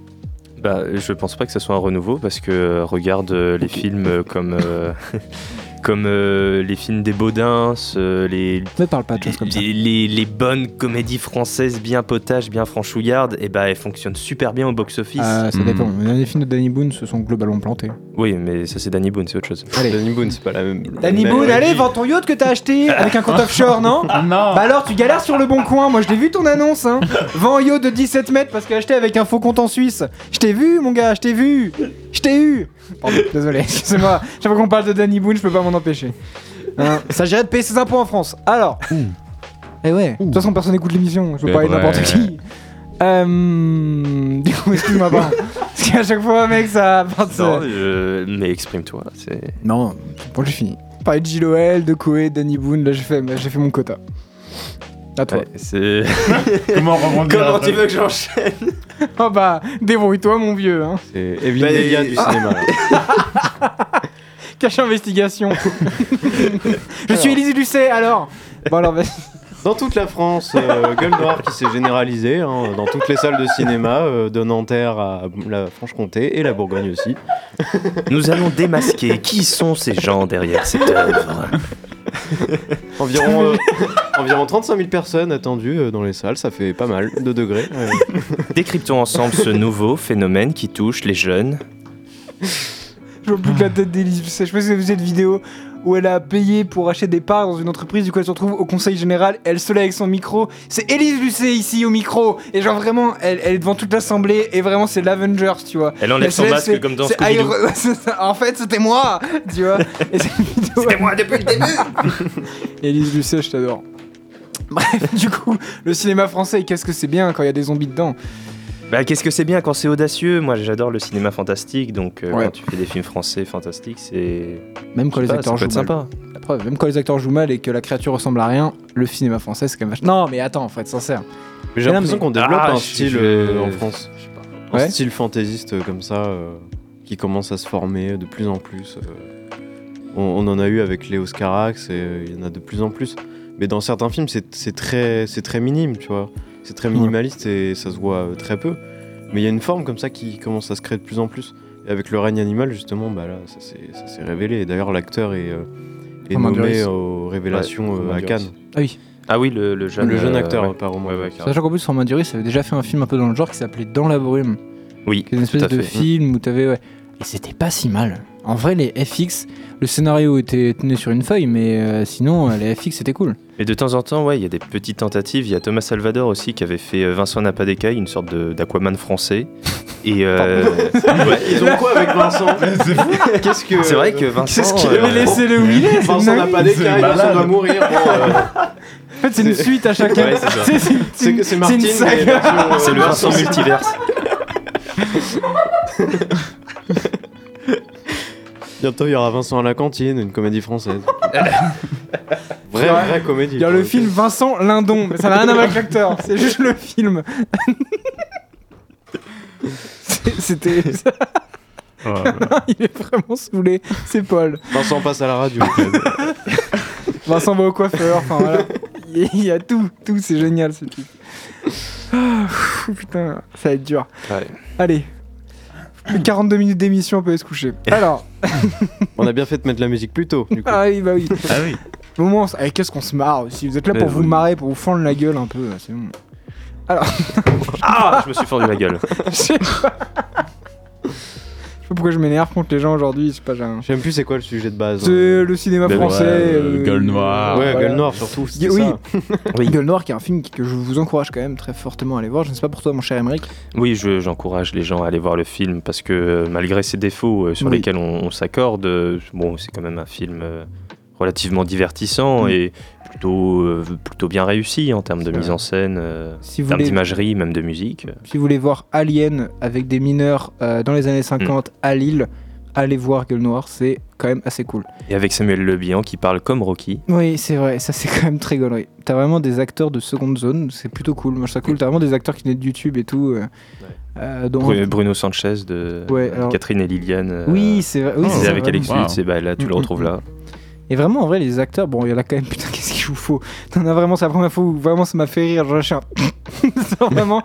Speaker 7: Bah, je pense pas que ce soit un renouveau parce que euh, regarde euh, les films euh, comme euh, <laughs> comme euh, les films des Baudins, euh, les
Speaker 3: Ne parle pas de choses comme ça.
Speaker 7: les, les- les bonnes comédies françaises bien potaches, bien franchouillardes, et bah elles fonctionnent super bien au box-office.
Speaker 3: Ah, ça
Speaker 4: Mhm.
Speaker 3: dépend. Les derniers films de Danny Boone se sont globalement plantés.
Speaker 7: Oui, mais ça c'est Danny Boone, c'est autre chose.
Speaker 3: Allez.
Speaker 5: Danny Boone, c'est pas la même.
Speaker 3: Danny
Speaker 5: même
Speaker 3: Boone,
Speaker 5: logique.
Speaker 3: allez, vends ton yacht que t'as acheté avec un compte offshore, non
Speaker 4: Ah non.
Speaker 3: Bah alors, tu galères sur le bon coin. Moi, je l'ai vu ton annonce. Hein. Vends un yacht de 17 mètres parce que acheté avec un faux compte en Suisse. Je t'ai vu, mon gars, je t'ai vu. Je t'ai eu. Pardon, désolé, <laughs> excusez-moi. Chaque fois qu'on parle de Danny Boone, je peux pas m'en empêcher. Hein, il s'agirait de payer ses impôts en France. Alors. Eh ouais. De toute façon, personne n'écoute l'émission. Je veux
Speaker 4: C'est
Speaker 3: parler de n'importe
Speaker 4: vrai.
Speaker 3: <laughs> qui. Euh. Du coup, excuse-moi, pardon. Parce qu'à chaque fois, mec, ça.
Speaker 7: Non, je- mais exprime-toi. c'est-
Speaker 3: Non, bon, j'ai fini. Parler de Gilles Oel, de Koé, Danny Boone, là j'ai fait, j'ai fait mon quota. À toi.
Speaker 7: Ouais, c'est.
Speaker 4: Comment rebondir
Speaker 7: Comment
Speaker 4: après
Speaker 7: tu veux que j'enchaîne
Speaker 3: <laughs> Oh bah, débrouille-toi, mon vieux. Hein.
Speaker 5: C'est Evelyne
Speaker 7: Bah,
Speaker 5: Delia
Speaker 7: et-
Speaker 5: du
Speaker 7: Ah.
Speaker 5: cinéma. là.
Speaker 3: Cache <laughs> investigation. Je suis Élise Lucet, alors. Bon, alors, <laughs> vas-y.
Speaker 5: <laughs> Dans toute la France, euh, Gueule Noire qui s'est généralisée, hein, dans toutes les salles de cinéma, euh, de Nanterre à la Franche-Comté et la Bourgogne aussi.
Speaker 7: Nous allons démasquer qui sont ces gens derrière cette œuvre.
Speaker 5: <laughs> Environ, euh, environ 35 000 personnes attendues euh, dans les salles, ça fait pas mal de degrés. euh.
Speaker 7: Décryptons ensemble ce nouveau phénomène qui touche les jeunes.
Speaker 3: Je vois plus que la tête d'Élise Lucet. Je sais pas si vous avez vu cette vidéo où elle a payé pour acheter des parts dans une entreprise, du coup elle se retrouve au conseil général, elle se lève avec son micro. C'est Élise Lucet ici au micro. Et genre vraiment, elle, elle est devant toute l'assemblée et vraiment c'est l'Avengers, tu vois.
Speaker 7: Elle enlève
Speaker 3: se
Speaker 7: son
Speaker 3: lève,
Speaker 7: masque
Speaker 3: c'est-
Speaker 7: comme dans
Speaker 3: c'est
Speaker 7: Scooby-Doo.
Speaker 3: Iron- Ouais, <laughs> c'est ça. En fait, c'était moi,
Speaker 7: <laughs>
Speaker 3: tu vois. Et cette vidéo,
Speaker 2: C'était moi depuis le début
Speaker 3: <laughs> Élise Lucet, je t'adore. Bref, <laughs> du coup, le cinéma français, qu'est-ce que c'est bien quand il y a des zombies dedans
Speaker 7: Bah, qu'est-ce que c'est bien quand c'est audacieux Moi, j'adore le cinéma fantastique, donc euh,
Speaker 3: Ouais.
Speaker 7: quand tu fais des films français fantastiques, c'est.
Speaker 3: Même quand
Speaker 7: Je
Speaker 3: les
Speaker 7: sais pas,
Speaker 3: acteurs
Speaker 7: ça peut
Speaker 3: jouent
Speaker 7: être sympa.
Speaker 3: mal. La preuve, même quand les acteurs jouent mal et que la créature ressemble à rien, le cinéma français, c'est quand même vachement. Non, mais attends, faut être sincère.
Speaker 5: Mais J'ai
Speaker 3: Mais non,
Speaker 5: l'impression
Speaker 3: mais-
Speaker 5: qu'on développe
Speaker 7: Ah,
Speaker 5: un
Speaker 7: je-
Speaker 5: style
Speaker 7: je-
Speaker 5: euh, en France, un
Speaker 3: Ouais.
Speaker 5: style fantaisiste euh, comme ça, euh, qui commence à se former de plus en plus. euh. On, on en a eu avec Léo Scarax et euh, il y en a de plus en plus. Mais dans certains films, c'est c'est très, c'est très minime, tu vois. C'est très minimaliste et ça se voit euh, très peu. Mais il y a une forme comme ça qui commence à se créer de plus en plus. Et avec le règne animal, justement, bah là, ça s'est- ça s'est révélé. Et D'ailleurs, l'acteur est, euh, est
Speaker 3: Romain
Speaker 5: nommé
Speaker 3: Duris.
Speaker 5: aux révélations
Speaker 7: Ouais,
Speaker 5: euh,
Speaker 7: Romain
Speaker 5: à
Speaker 7: Duris.
Speaker 5: Cannes.
Speaker 3: Ah oui.
Speaker 7: Ah oui, le, le jeune.
Speaker 5: Le jeune
Speaker 7: euh,
Speaker 5: acteur,
Speaker 7: ouais.
Speaker 5: pas Romain.
Speaker 7: Ouais, ouais, carrément.
Speaker 3: Sachant qu'en plus, Romain Duris avait déjà fait un film un peu dans le genre qui s'appelait Dans la brume.
Speaker 7: Oui,
Speaker 3: qui est une
Speaker 7: tout
Speaker 3: espèce
Speaker 7: à
Speaker 3: de
Speaker 7: fait.
Speaker 3: film où t'avais. Ouais. Et c'était pas si mal. En vrai, les FX, le scénario était tenu sur une feuille, mais euh, sinon, euh, les FX c'était cool.
Speaker 7: Et de temps en temps, ouais, il y a des petites tentatives. Il y a Thomas Salvador aussi qui avait fait euh, Vincent n'a pas d'écaille, une sorte de- d'Aquaman français. Et
Speaker 5: <laughs>
Speaker 7: euh, ouais,
Speaker 5: Ils ont quoi avec Vincent
Speaker 4: C'est fou.
Speaker 5: Qu'est-ce que.
Speaker 7: <laughs> c'est vrai que Vincent.
Speaker 5: Qu'est-ce qu'il
Speaker 7: euh,
Speaker 5: avait laissé
Speaker 3: le Willy
Speaker 5: Vincent n'a pas d'écaille,
Speaker 4: C'est
Speaker 5: Vincent
Speaker 4: malade.
Speaker 5: doit mourir. Bon, euh,
Speaker 3: En fait, c'est une
Speaker 5: C'est-
Speaker 3: suite à chacun.
Speaker 7: Ouais, c'est ça.
Speaker 3: c'est c'est une-
Speaker 5: c'est que c'est Martine.
Speaker 3: une
Speaker 5: mais
Speaker 3: saga.
Speaker 5: version, euh,
Speaker 7: C'est le
Speaker 5: version
Speaker 7: Vincent multiverse.
Speaker 5: <laughs> Bientôt, il y aura Vincent à la cantine, une comédie française.
Speaker 7: <laughs>
Speaker 5: vraie, vraie comédie.
Speaker 3: Il y a
Speaker 5: quoi.
Speaker 3: le film Vincent Lindon, mais ça n'a rien à voir avec l'acteur, c'est juste le film. <laughs> C'est- C'était. Il est vraiment saoulé, c'est Paul.
Speaker 5: Vincent passe à la radio.
Speaker 3: Vincent va au coiffeur, enfin voilà. Il y a- il y a tout, tout, c'est génial ce truc. Ah, pff, putain, ça va être dur.
Speaker 7: Ouais.
Speaker 3: Allez. 42 minutes d'émission, on peut aller se coucher. Alors,
Speaker 5: On a bien fait de mettre la musique plus tôt, du coup.
Speaker 3: ah oui, bah oui.
Speaker 4: Ah oui. Eh
Speaker 3: Au moins, on s- eh, qu'est-ce qu'on se marre aussi. Vous êtes là
Speaker 7: Mais
Speaker 3: pour vous
Speaker 7: oui.
Speaker 3: marrer, pour vous fendre la gueule un peu, là,
Speaker 4: <laughs>
Speaker 3: c'est bon.
Speaker 7: Ah, je me suis fendu la gueule.
Speaker 3: Je sais pas. Je sais pas pourquoi je m'énerve contre les gens aujourd'hui, je sais pas, j'ai un-
Speaker 5: Je sais même plus c'est quoi le sujet de base. hein.
Speaker 3: C'est le cinéma
Speaker 7: Ben
Speaker 3: français.
Speaker 4: ouais, euh, Gueule
Speaker 5: Ouais,
Speaker 4: Noire.
Speaker 3: voilà.
Speaker 5: Gueule Noire surtout. c'était
Speaker 3: Oui.
Speaker 5: ça.
Speaker 3: Oui. Gueule Noire, qui est un film que je vous encourage quand même très fortement à aller voir. Je ne sais pas pour toi, mon cher Emmerich.
Speaker 7: Oui, je- j'encourage les gens à aller voir le film parce que euh, malgré ses défauts euh, sur
Speaker 3: Oui.
Speaker 7: lesquels on, on s'accorde, euh, bon, c'est quand même un film euh, relativement divertissant
Speaker 3: Mm.
Speaker 7: et plutôt, euh, plutôt bien réussi en termes de
Speaker 3: C'est
Speaker 7: mise
Speaker 3: vrai.
Speaker 7: en scène, euh,
Speaker 3: Si
Speaker 7: en
Speaker 3: vous,
Speaker 7: termes
Speaker 3: voulez,
Speaker 7: d'imagerie, même de musique.
Speaker 3: si vous voulez voir Alien avec des mineurs euh, dans les années 50
Speaker 5: Hmm.
Speaker 3: à Lille, allez voir Gueule Noire, c'est quand même assez cool.
Speaker 7: Et avec Samuel Le Bihan qui parle comme Rocky.
Speaker 3: Oui, c'est vrai, ça c'est <laughs> quand même très gaulerie. T'as vraiment des acteurs de seconde zone, c'est plutôt cool. Moi je trouve ça cool, t'as vraiment des acteurs qui viennent de YouTube et tout. euh, euh, dont-
Speaker 7: Bru- Bruno Sanchez de
Speaker 3: Ouais, alors-
Speaker 7: Catherine et Liliane. euh,
Speaker 3: Oui, c'est vrai. oui,
Speaker 4: Oh,
Speaker 7: c'est
Speaker 3: ça,
Speaker 7: avec
Speaker 3: vraiment.
Speaker 7: Alex
Speaker 4: Wow.
Speaker 7: Lutz, et bah là tu le
Speaker 3: Mm,
Speaker 7: retrouves
Speaker 3: mm,
Speaker 7: là.
Speaker 3: Et vraiment, en vrai, les acteurs, bon, il y en a quand même, <laughs> putain, qu'est-ce qu'ils jouent faux. T'en as vraiment, c'est la première fois où vraiment ça m'a fait rire. Genre, je suis un. <laughs> Genre, vraiment,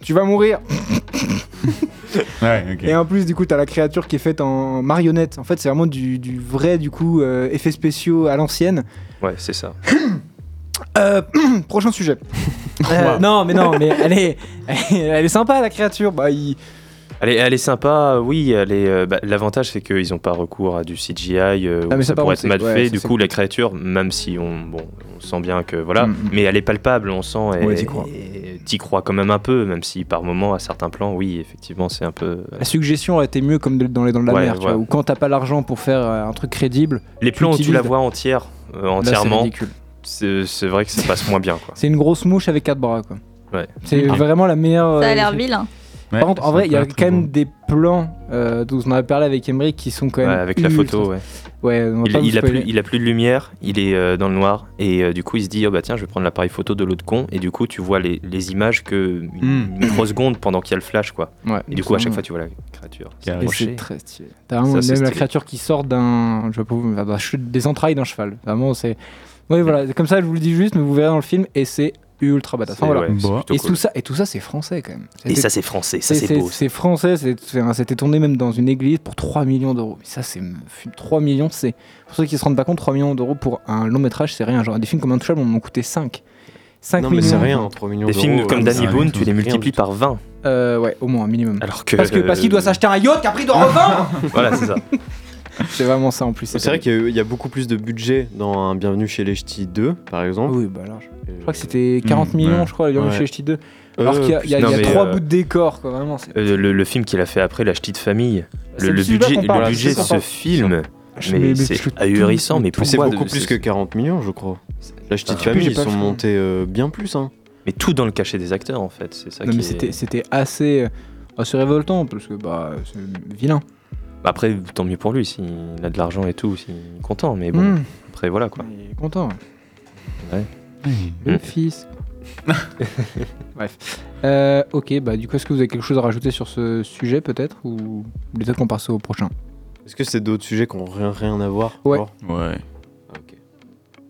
Speaker 3: tu vas mourir.
Speaker 4: Ouais, ok.
Speaker 3: Et en plus, du coup, t'as la créature qui est faite en marionnette. En fait, c'est vraiment du, du vrai, du coup, euh, effets spéciaux à l'ancienne.
Speaker 7: Ouais, c'est ça.
Speaker 3: Euh, prochain sujet.
Speaker 7: <laughs>
Speaker 3: Euh, Non, mais non, mais elle est, <laughs> elle est, elle est sympa, la créature. Bah, il.
Speaker 7: Elle est, elle est sympa, oui. Elle est. euh, bah, L'avantage, c'est qu'ils n'ont pas recours à du CGI euh,
Speaker 3: Ah,
Speaker 7: où
Speaker 3: mais ça,
Speaker 7: ça
Speaker 3: par
Speaker 7: pourrait
Speaker 3: contre,
Speaker 7: être mal
Speaker 3: c'est- ouais,
Speaker 7: fait.
Speaker 3: ça,
Speaker 7: du
Speaker 3: c'est
Speaker 7: coup, la créature, même si on, bon, on sent bien que voilà,
Speaker 3: Mm, mm.
Speaker 7: mais elle est palpable, on sent. Et
Speaker 3: Ouais, t'y crois.
Speaker 7: et t'y crois quand même un peu, même si par moment, à certains plans, oui, effectivement, c'est un peu. euh,
Speaker 3: La suggestion aurait été mieux comme de- dans les dents de la
Speaker 7: Ouais,
Speaker 3: mer, tu vois.
Speaker 7: ouais.
Speaker 3: Ou quand t'as pas l'argent pour faire euh, un truc crédible,
Speaker 7: Les plans où tu
Speaker 3: utilises
Speaker 7: la
Speaker 3: la-
Speaker 7: vois entière, euh,
Speaker 3: là, c'est
Speaker 7: entièrement,
Speaker 3: ridicule.
Speaker 7: c'est c'est vrai que ça se passe moins bien, quoi.
Speaker 3: C'est une grosse mouche avec quatre bras, quoi.
Speaker 7: Ouais.
Speaker 3: C'est
Speaker 4: Ok.
Speaker 3: vraiment la meilleure.
Speaker 6: Ça
Speaker 3: euh,
Speaker 6: a l'air vilain.
Speaker 3: Par contre, en vrai, il y a quand même des plans euh, dont on avait parlé avec Emery qui sont quand même.
Speaker 7: Ouais, avec la photo,
Speaker 3: ultra-
Speaker 7: ouais.
Speaker 3: Ouais, on va
Speaker 7: il,
Speaker 3: pas vous
Speaker 7: il a
Speaker 3: spoiler.
Speaker 7: plus, il a plus de lumière, il est euh, dans le noir, et euh, du coup il se dit oh bah tiens je vais prendre l'appareil photo de l'autre con, et du coup tu vois les, les images que une,
Speaker 3: Mm.
Speaker 7: une microseconde pendant qu'il y a le flash quoi.
Speaker 3: Ouais,
Speaker 7: et du coup à chaque
Speaker 3: absolument.
Speaker 7: fois tu vois la créature.
Speaker 3: Et
Speaker 7: s'approcher.
Speaker 3: c'est très stylé. T'as vraiment
Speaker 7: Ça,
Speaker 3: même
Speaker 7: c'est
Speaker 3: la
Speaker 7: stylé.
Speaker 3: créature qui sort d'un, je sais pas où, d'un che- des entrailles d'un cheval. Vraiment, c'est. Oui, voilà. c'est Comme ça, je vous le dis juste, mais vous verrez dans le film et c'est ultra badass. Enfin,
Speaker 7: C'est-
Speaker 3: voilà.
Speaker 7: ouais, c'est Bah. plutôt
Speaker 3: et
Speaker 7: cool.
Speaker 3: tout ça, et tout ça, c'est français quand même.
Speaker 7: Et ça, c'est français, ça,
Speaker 3: Et
Speaker 7: c'est beau, ça.
Speaker 3: C'est français. c'est- c'est- hein, C'était tourné même dans une église pour 3 millions d'euros. Mais ça, c'est 3 millions, c'est pour ceux qui se rendent pas compte, 3 millions d'euros pour un long métrage, c'est rien. Genre des films comme Intouchable, on m'en coûté 5 5
Speaker 5: Non, mais
Speaker 3: millions.
Speaker 5: c'est rien, 3 millions
Speaker 7: Des
Speaker 5: d'euros,
Speaker 7: films
Speaker 5: ouais,
Speaker 3: Ah,
Speaker 7: comme
Speaker 5: mais c'est
Speaker 7: Danny
Speaker 5: rien
Speaker 7: Boone,
Speaker 5: du tout.
Speaker 7: tu les
Speaker 5: Rien
Speaker 7: multiplies par 20.
Speaker 3: Euh, ouais, au moins un minimum.
Speaker 7: Alors que-
Speaker 3: parce que parce qu'il doit s'acheter un yacht qui a pris de
Speaker 7: <laughs>
Speaker 3: revend.
Speaker 7: Voilà, c'est ça.
Speaker 3: c'est vraiment ça en plus.
Speaker 5: C'est vrai qu'il y a eu- il y a beaucoup plus de budget dans un Bienvenue chez les Ch'tis 2, par exemple.
Speaker 3: Oui, bah large. Je crois que c'était 40 millions, je crois, les Bienvenue
Speaker 5: Ouais.
Speaker 3: chez les Ch'tis 2.
Speaker 5: Euh,
Speaker 3: Alors qu'il y a, il y a-
Speaker 7: Hmm. non,
Speaker 3: il y a
Speaker 7: mais,
Speaker 3: trois
Speaker 7: euh,
Speaker 3: bouts de décor, quoi, vraiment. c'est-
Speaker 7: Euh, le, le film qu'il a fait après, La Ch'tite Famille.
Speaker 3: C'est
Speaker 7: Le,
Speaker 3: de
Speaker 7: le
Speaker 3: celui-là
Speaker 7: budget,
Speaker 3: qu'on
Speaker 7: le
Speaker 3: parle,
Speaker 7: budget
Speaker 3: c'est
Speaker 7: de
Speaker 3: ça,
Speaker 7: ce
Speaker 3: pardon.
Speaker 7: film,
Speaker 3: Je- mais- mais
Speaker 7: mais c'est
Speaker 3: tout-
Speaker 7: ahurissant. Mais
Speaker 5: Mais c'est
Speaker 7: pourquoi
Speaker 5: beaucoup
Speaker 7: de-
Speaker 5: plus
Speaker 7: c'est-
Speaker 5: que 40 millions, je crois. La Ch'tite
Speaker 7: Ah,
Speaker 5: Famille,
Speaker 7: j'ai
Speaker 5: ils
Speaker 7: pas
Speaker 5: sont
Speaker 7: le-
Speaker 5: montés euh, bien plus, hein.
Speaker 7: Mais tout dans le cachet des acteurs en fait, c'est ça.
Speaker 3: Non,
Speaker 7: qui
Speaker 3: mais
Speaker 7: est-
Speaker 3: c'était, c'était assez, euh, assez révoltant parce que bah, c'est vilain.
Speaker 7: Bah Après, tant mieux pour lui s'il a de l'argent et tout, s'il est content. Mais bon,
Speaker 3: Mm.
Speaker 7: après voilà quoi.
Speaker 3: Il est content.
Speaker 7: Ouais.
Speaker 3: Le
Speaker 7: Mm.
Speaker 3: fils. Bref. Euh, ok, bah du coup, est-ce que vous avez quelque chose à rajouter sur ce sujet peut-être Ou peut-être qu'on passe au prochain
Speaker 5: Est-ce que c'est d'autres sujets qui n'ont rien, rien à voir
Speaker 3: Ouais.
Speaker 5: encore
Speaker 4: Ouais.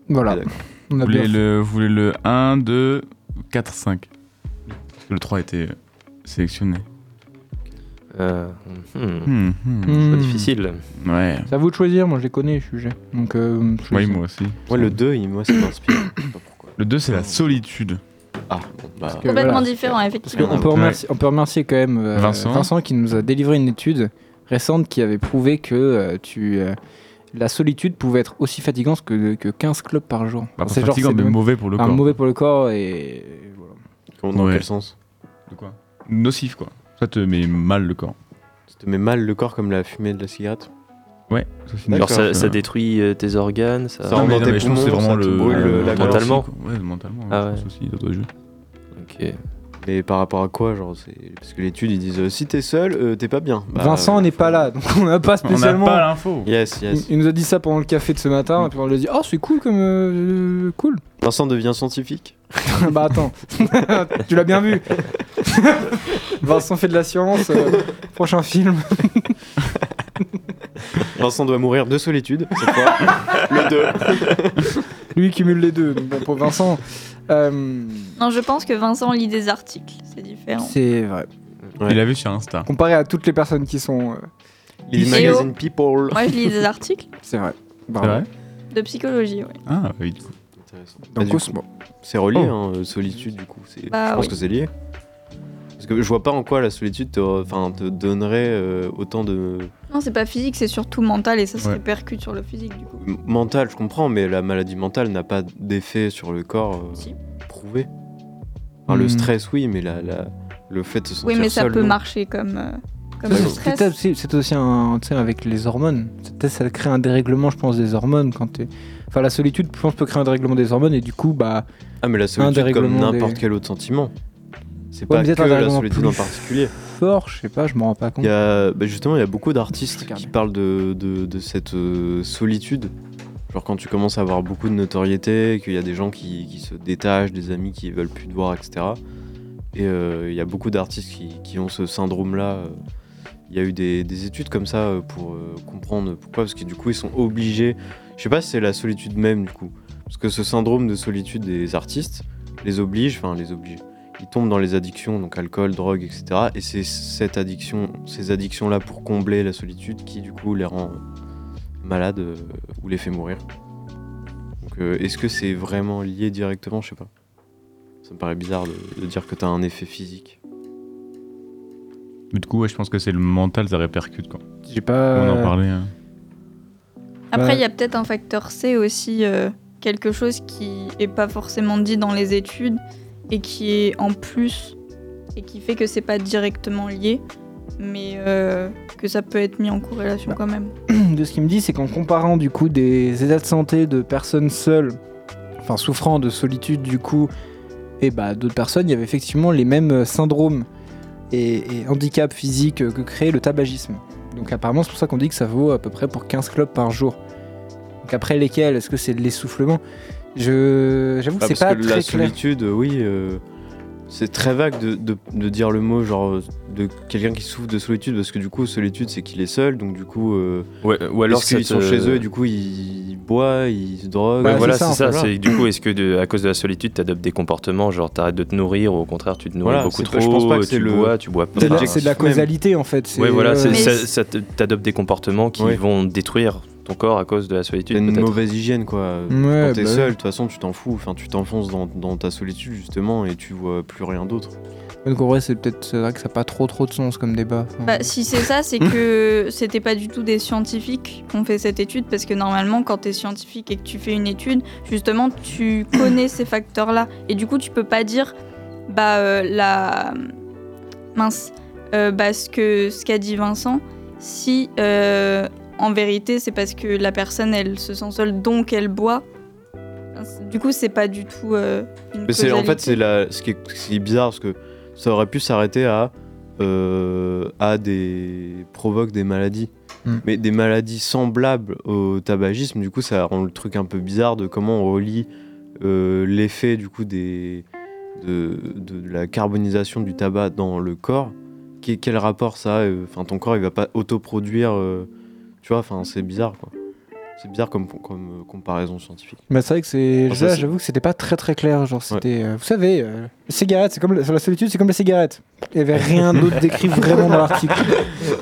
Speaker 3: Voilà.
Speaker 5: Ouais, d'accord.
Speaker 3: On
Speaker 4: Vous
Speaker 3: a
Speaker 4: voulez,
Speaker 3: bien-
Speaker 4: le, vous voulez le 1, 2, 4, 5. Le 3 était euh, sélectionné.
Speaker 7: Euh, hmm,
Speaker 4: Hmm, hmm.
Speaker 7: pas
Speaker 3: Hmm.
Speaker 7: difficile.
Speaker 4: Ouais.
Speaker 3: C'est à vous de choisir, moi je les connais les sujets. Donc, euh, je-
Speaker 4: Oui, moi aussi.
Speaker 5: Ouais, le 2, il- moi, ça <coughs> m'inspire. Je sais pas pourquoi.
Speaker 4: Le 2, c'est la solitude.
Speaker 5: Ah, bon, bah.
Speaker 3: que
Speaker 6: Complètement
Speaker 3: voilà.
Speaker 6: différent,
Speaker 3: Parce
Speaker 6: effectivement.
Speaker 3: qu'on peut,
Speaker 4: Ouais.
Speaker 3: remercier- on peut remercier quand même euh,
Speaker 4: Vincent.
Speaker 3: Vincent. qui nous a délivré une étude récente qui avait prouvé que euh, tu, euh, la solitude pouvait être aussi fatigante que, que 15 clubs par jour.
Speaker 4: Bah,
Speaker 3: c'est
Speaker 4: c'est fatigant,
Speaker 3: c'est
Speaker 4: mais
Speaker 3: même
Speaker 4: mauvais pour le
Speaker 3: un
Speaker 4: corps.
Speaker 3: mauvais pour le corps et voilà.
Speaker 5: Comment- Dans
Speaker 4: Ouais.
Speaker 5: quel sens
Speaker 4: De quoi Nocif, quoi. Ça te met mal le corps.
Speaker 5: Ça te met mal le corps comme la fumée de la cigarette
Speaker 4: Ouais. ça, c'est
Speaker 7: Genre
Speaker 5: D'accord,
Speaker 7: ça, ça
Speaker 4: euh,
Speaker 7: détruit euh, tes organes, ça.
Speaker 5: Ça rend
Speaker 4: mais
Speaker 5: dans tes
Speaker 4: mais je pense que c'est
Speaker 5: poumons,
Speaker 4: vraiment
Speaker 5: ça te
Speaker 4: le,
Speaker 5: brûle,
Speaker 4: le-
Speaker 5: la
Speaker 4: le-
Speaker 7: mentalement.
Speaker 4: Ouais, mentalement.
Speaker 7: Ah
Speaker 4: ouais, je
Speaker 7: ouais.
Speaker 4: pense aussi, dans d'autres jeux.
Speaker 7: Ok.
Speaker 5: Mais par rapport à quoi genre, c'est- Parce que l'étude, ils disent euh, si t'es seul, euh, t'es pas bien. Bah,
Speaker 3: Vincent
Speaker 5: euh,
Speaker 3: n'est pas là, donc on n'a pas
Speaker 4: On n'a
Speaker 3: spécialement.
Speaker 4: pas l'info.
Speaker 5: Yes,
Speaker 3: il,
Speaker 5: yes.
Speaker 3: il nous a dit ça pendant le café de ce
Speaker 4: Mm.
Speaker 3: matin, et puis on lui a dit Oh, c'est cool comme. euh, cool <laughs>
Speaker 5: Vincent devient scientifique
Speaker 3: Bah attends, <laughs> tu l'as bien vu <laughs> Vincent fait de la science, euh, prochain film.
Speaker 5: Vincent doit mourir de solitude, cette
Speaker 3: <laughs>
Speaker 5: fois. le 2.
Speaker 3: Lui il cumule les deux, donc bon, pour Vincent. euh,
Speaker 6: Non, je pense que Vincent lit des articles, c'est différent.
Speaker 3: c'est vrai.
Speaker 5: Ouais.
Speaker 4: Il a vu sur Insta.
Speaker 3: Comparé à toutes les personnes qui sont. euh,
Speaker 5: Les
Speaker 6: Et
Speaker 5: magazine People.
Speaker 6: Moi, je lis des articles
Speaker 3: c'est vrai.
Speaker 4: C'est vrai
Speaker 6: de psychologie, ouais.
Speaker 4: Ah, oui, du coup.
Speaker 5: Intéressant. Bah,
Speaker 3: Donc,
Speaker 5: du coup,
Speaker 3: Cosmo.
Speaker 5: c'est relié,
Speaker 3: Oh.
Speaker 5: hein, euh, solitude, du coup. c'est-
Speaker 6: Bah,
Speaker 5: je pense
Speaker 6: oui.
Speaker 5: que c'est lié. Parce que je vois pas en quoi la solitude te, enfin, te donnerait euh, autant de.
Speaker 6: Non, c'est pas physique, c'est surtout mental et ça se
Speaker 4: Ouais.
Speaker 6: répercute sur le physique, du coup.
Speaker 5: M- Mental, je comprends, mais la maladie mentale n'a pas d'effet sur le corps euh,
Speaker 6: Si.
Speaker 5: prouvé. Enfin, Le
Speaker 3: Hmm.
Speaker 5: stress, oui, mais la, la- le fait de se sentir
Speaker 6: Oui, mais ça
Speaker 5: seul,
Speaker 6: peut
Speaker 5: non.
Speaker 6: marcher comme, euh, comme le
Speaker 3: C'est- c'est
Speaker 6: stress.
Speaker 3: peut-être aussi- C'est aussi un, tu sais, avec les hormones. C'est peut-être ça crée un dérèglement, je pense, des hormones quand t'es. Enfin, la solitude, je pense, peut créer un dérèglement des hormones et du coup, bah,
Speaker 5: Ah, mais la solitude, comme
Speaker 3: dérèglement
Speaker 5: n'importe
Speaker 3: des-
Speaker 5: quel autre sentiment. C'est
Speaker 3: Ouais,
Speaker 5: pas
Speaker 3: mais
Speaker 5: Bah, que
Speaker 3: peut-être un
Speaker 5: la
Speaker 3: dérèglement
Speaker 5: solitude
Speaker 3: plus
Speaker 5: en particulier.
Speaker 3: fort, je sais pas, je m'en rends pas compte.
Speaker 5: Il y a, bah, justement, il y a beaucoup d'artistes
Speaker 3: Regarde.
Speaker 5: qui parlent de, de- de cette euh, solitude. Genre quand tu commences à avoir beaucoup de notoriété, qu'il y a des gens qui, qui se détachent, des amis qui veulent plus te voir, etc. Et euh, il y a beaucoup d'artistes qui, qui ont ce syndrome-là. euh. Il y a eu des, des études comme ça euh, pour euh, comprendre pourquoi, parce que du coup ils sont obligés. Je sais pas si c'est la solitude même du coup, parce que ce syndrome de solitude des artistes les oblige, enfin les oblige ils tombent dans les addictions, donc alcool, drogue, etc. Et c'est cette addiction, ces addictions-là pour combler la solitude qui, du coup, les rend euh, malades euh, ou les fait mourir. Donc, euh, est-ce que c'est vraiment lié directement Je sais pas. Ça me paraît bizarre de, de dire que t'as un effet physique.
Speaker 4: Mais du coup, ouais, je pense que c'est le mental, ça répercute quand.
Speaker 3: J'ai pas.
Speaker 4: On en parlait. hein.
Speaker 6: Après,
Speaker 3: Ouais.
Speaker 6: il y a peut-être un facteur C aussi, euh, quelque chose qui est pas forcément dit dans les études et qui est en plus et qui fait que c'est pas directement lié, mais euh, que ça peut être mis en corrélation
Speaker 3: Bah.
Speaker 6: quand même.
Speaker 3: de ce qu'il me dit, c'est qu'en comparant du coup des états de santé de personnes seules, enfin souffrant de solitude du coup, et bah d'autres personnes, il y avait effectivement les mêmes euh, syndromes et, et handicap physique euh, que crée le tabagisme. Donc apparemment, c'est pour ça qu'on dit que ça vaut à peu près pour 15 clopes par jour. Donc après lesquels Est-ce que c'est de l'essoufflement Je j'avoue que
Speaker 5: Ah,
Speaker 3: c'est
Speaker 5: parce
Speaker 3: pas
Speaker 5: que
Speaker 3: très
Speaker 5: la
Speaker 3: clair.
Speaker 5: solitude, euh, oui, euh, c'est très vague de, de- de dire le mot genre euh, de quelqu'un qui souffre de solitude parce que du coup solitude c'est qu'il est seul donc du coup euh,
Speaker 7: Ouais, ou alors
Speaker 5: est-ce qu'ils
Speaker 7: ça te-
Speaker 5: sont chez eux et du coup ils boivent, ils se droguent.
Speaker 7: Ouais, voilà, c'est ça.
Speaker 5: Voilà.
Speaker 7: c'est Du coup, est-ce que de- à cause de la solitude, t'adoptes des comportements, genre t'arrêtes de te nourrir, ou au contraire, tu te nourris
Speaker 5: Voilà,
Speaker 7: beaucoup
Speaker 5: c'est pas-
Speaker 7: trop,
Speaker 5: je pense pas que
Speaker 7: tu
Speaker 5: c'est le-
Speaker 7: bois, tu bois
Speaker 3: C'est de
Speaker 7: pas.
Speaker 3: la- C'est de la causalité en fait. c'est-
Speaker 7: Ouais, voilà, c'est-
Speaker 3: euh,
Speaker 7: ça, ça te- t'adoptes des comportements qui
Speaker 5: Ouais.
Speaker 7: vont détruire ton corps à cause de la solitude.
Speaker 5: T'as une
Speaker 7: peut-être.
Speaker 5: mauvaise hygiène quoi.
Speaker 3: Ouais,
Speaker 5: Quand t'es
Speaker 3: bah
Speaker 5: seul,
Speaker 3: ouais.
Speaker 5: de toute façon tu t'en fous, enfin tu t'enfonces dans, dans ta solitude justement et tu vois plus rien d'autre.
Speaker 3: Donc en vrai, c'est peut-être c'est vrai que ça n'a pas trop trop de sens comme débat. Enfin,
Speaker 6: Bah, si c'est ça, c'est
Speaker 3: Hmm.
Speaker 6: que
Speaker 5: <laughs>
Speaker 6: c'était pas du tout des scientifiques qui ont fait cette étude, parce que normalement, quand t'es scientifique et que tu fais une étude, justement,
Speaker 5: <coughs>
Speaker 6: tu connais ces facteurs-là. Et du coup, tu peux pas dire, bah, euh, la. Mince. Euh, bah, ce que- ce qu'a dit Vincent, si euh, en vérité, c'est parce que la personne, elle se sent seule, donc elle boit. Du coup, c'est pas du tout. euh, une
Speaker 5: Mais c'est en fait
Speaker 6: causalité.
Speaker 5: c'est la ce qui est, ce qui est bizarre parce que ça aurait pu s'arrêter à euh, à des provoque des maladies.
Speaker 3: Mm.
Speaker 5: Mais des maladies semblables au tabagisme, du coup ça rend le truc un peu bizarre de comment on relie euh, l'effet du coup des de, de la carbonisation du tabac dans le corps. Que- quel rapport ça a euh, Enfin ton corps il va pas autoproduire euh, tu vois, enfin c'est bizarre quoi. C'est bizarre comme, comme euh, comparaison scientifique.
Speaker 3: Bah, c'est vrai que c'est.
Speaker 5: Enfin,
Speaker 3: ça,
Speaker 5: ça, c'est-
Speaker 3: J'avoue que c'était pas très très clair. Genre, c'était. euh, vous savez, euh, les cigarettes, c'est comme la- sur la solitude, c'est comme les cigarettes. Il <laughs> y avait rien d'autre décrit vraiment dans l'article.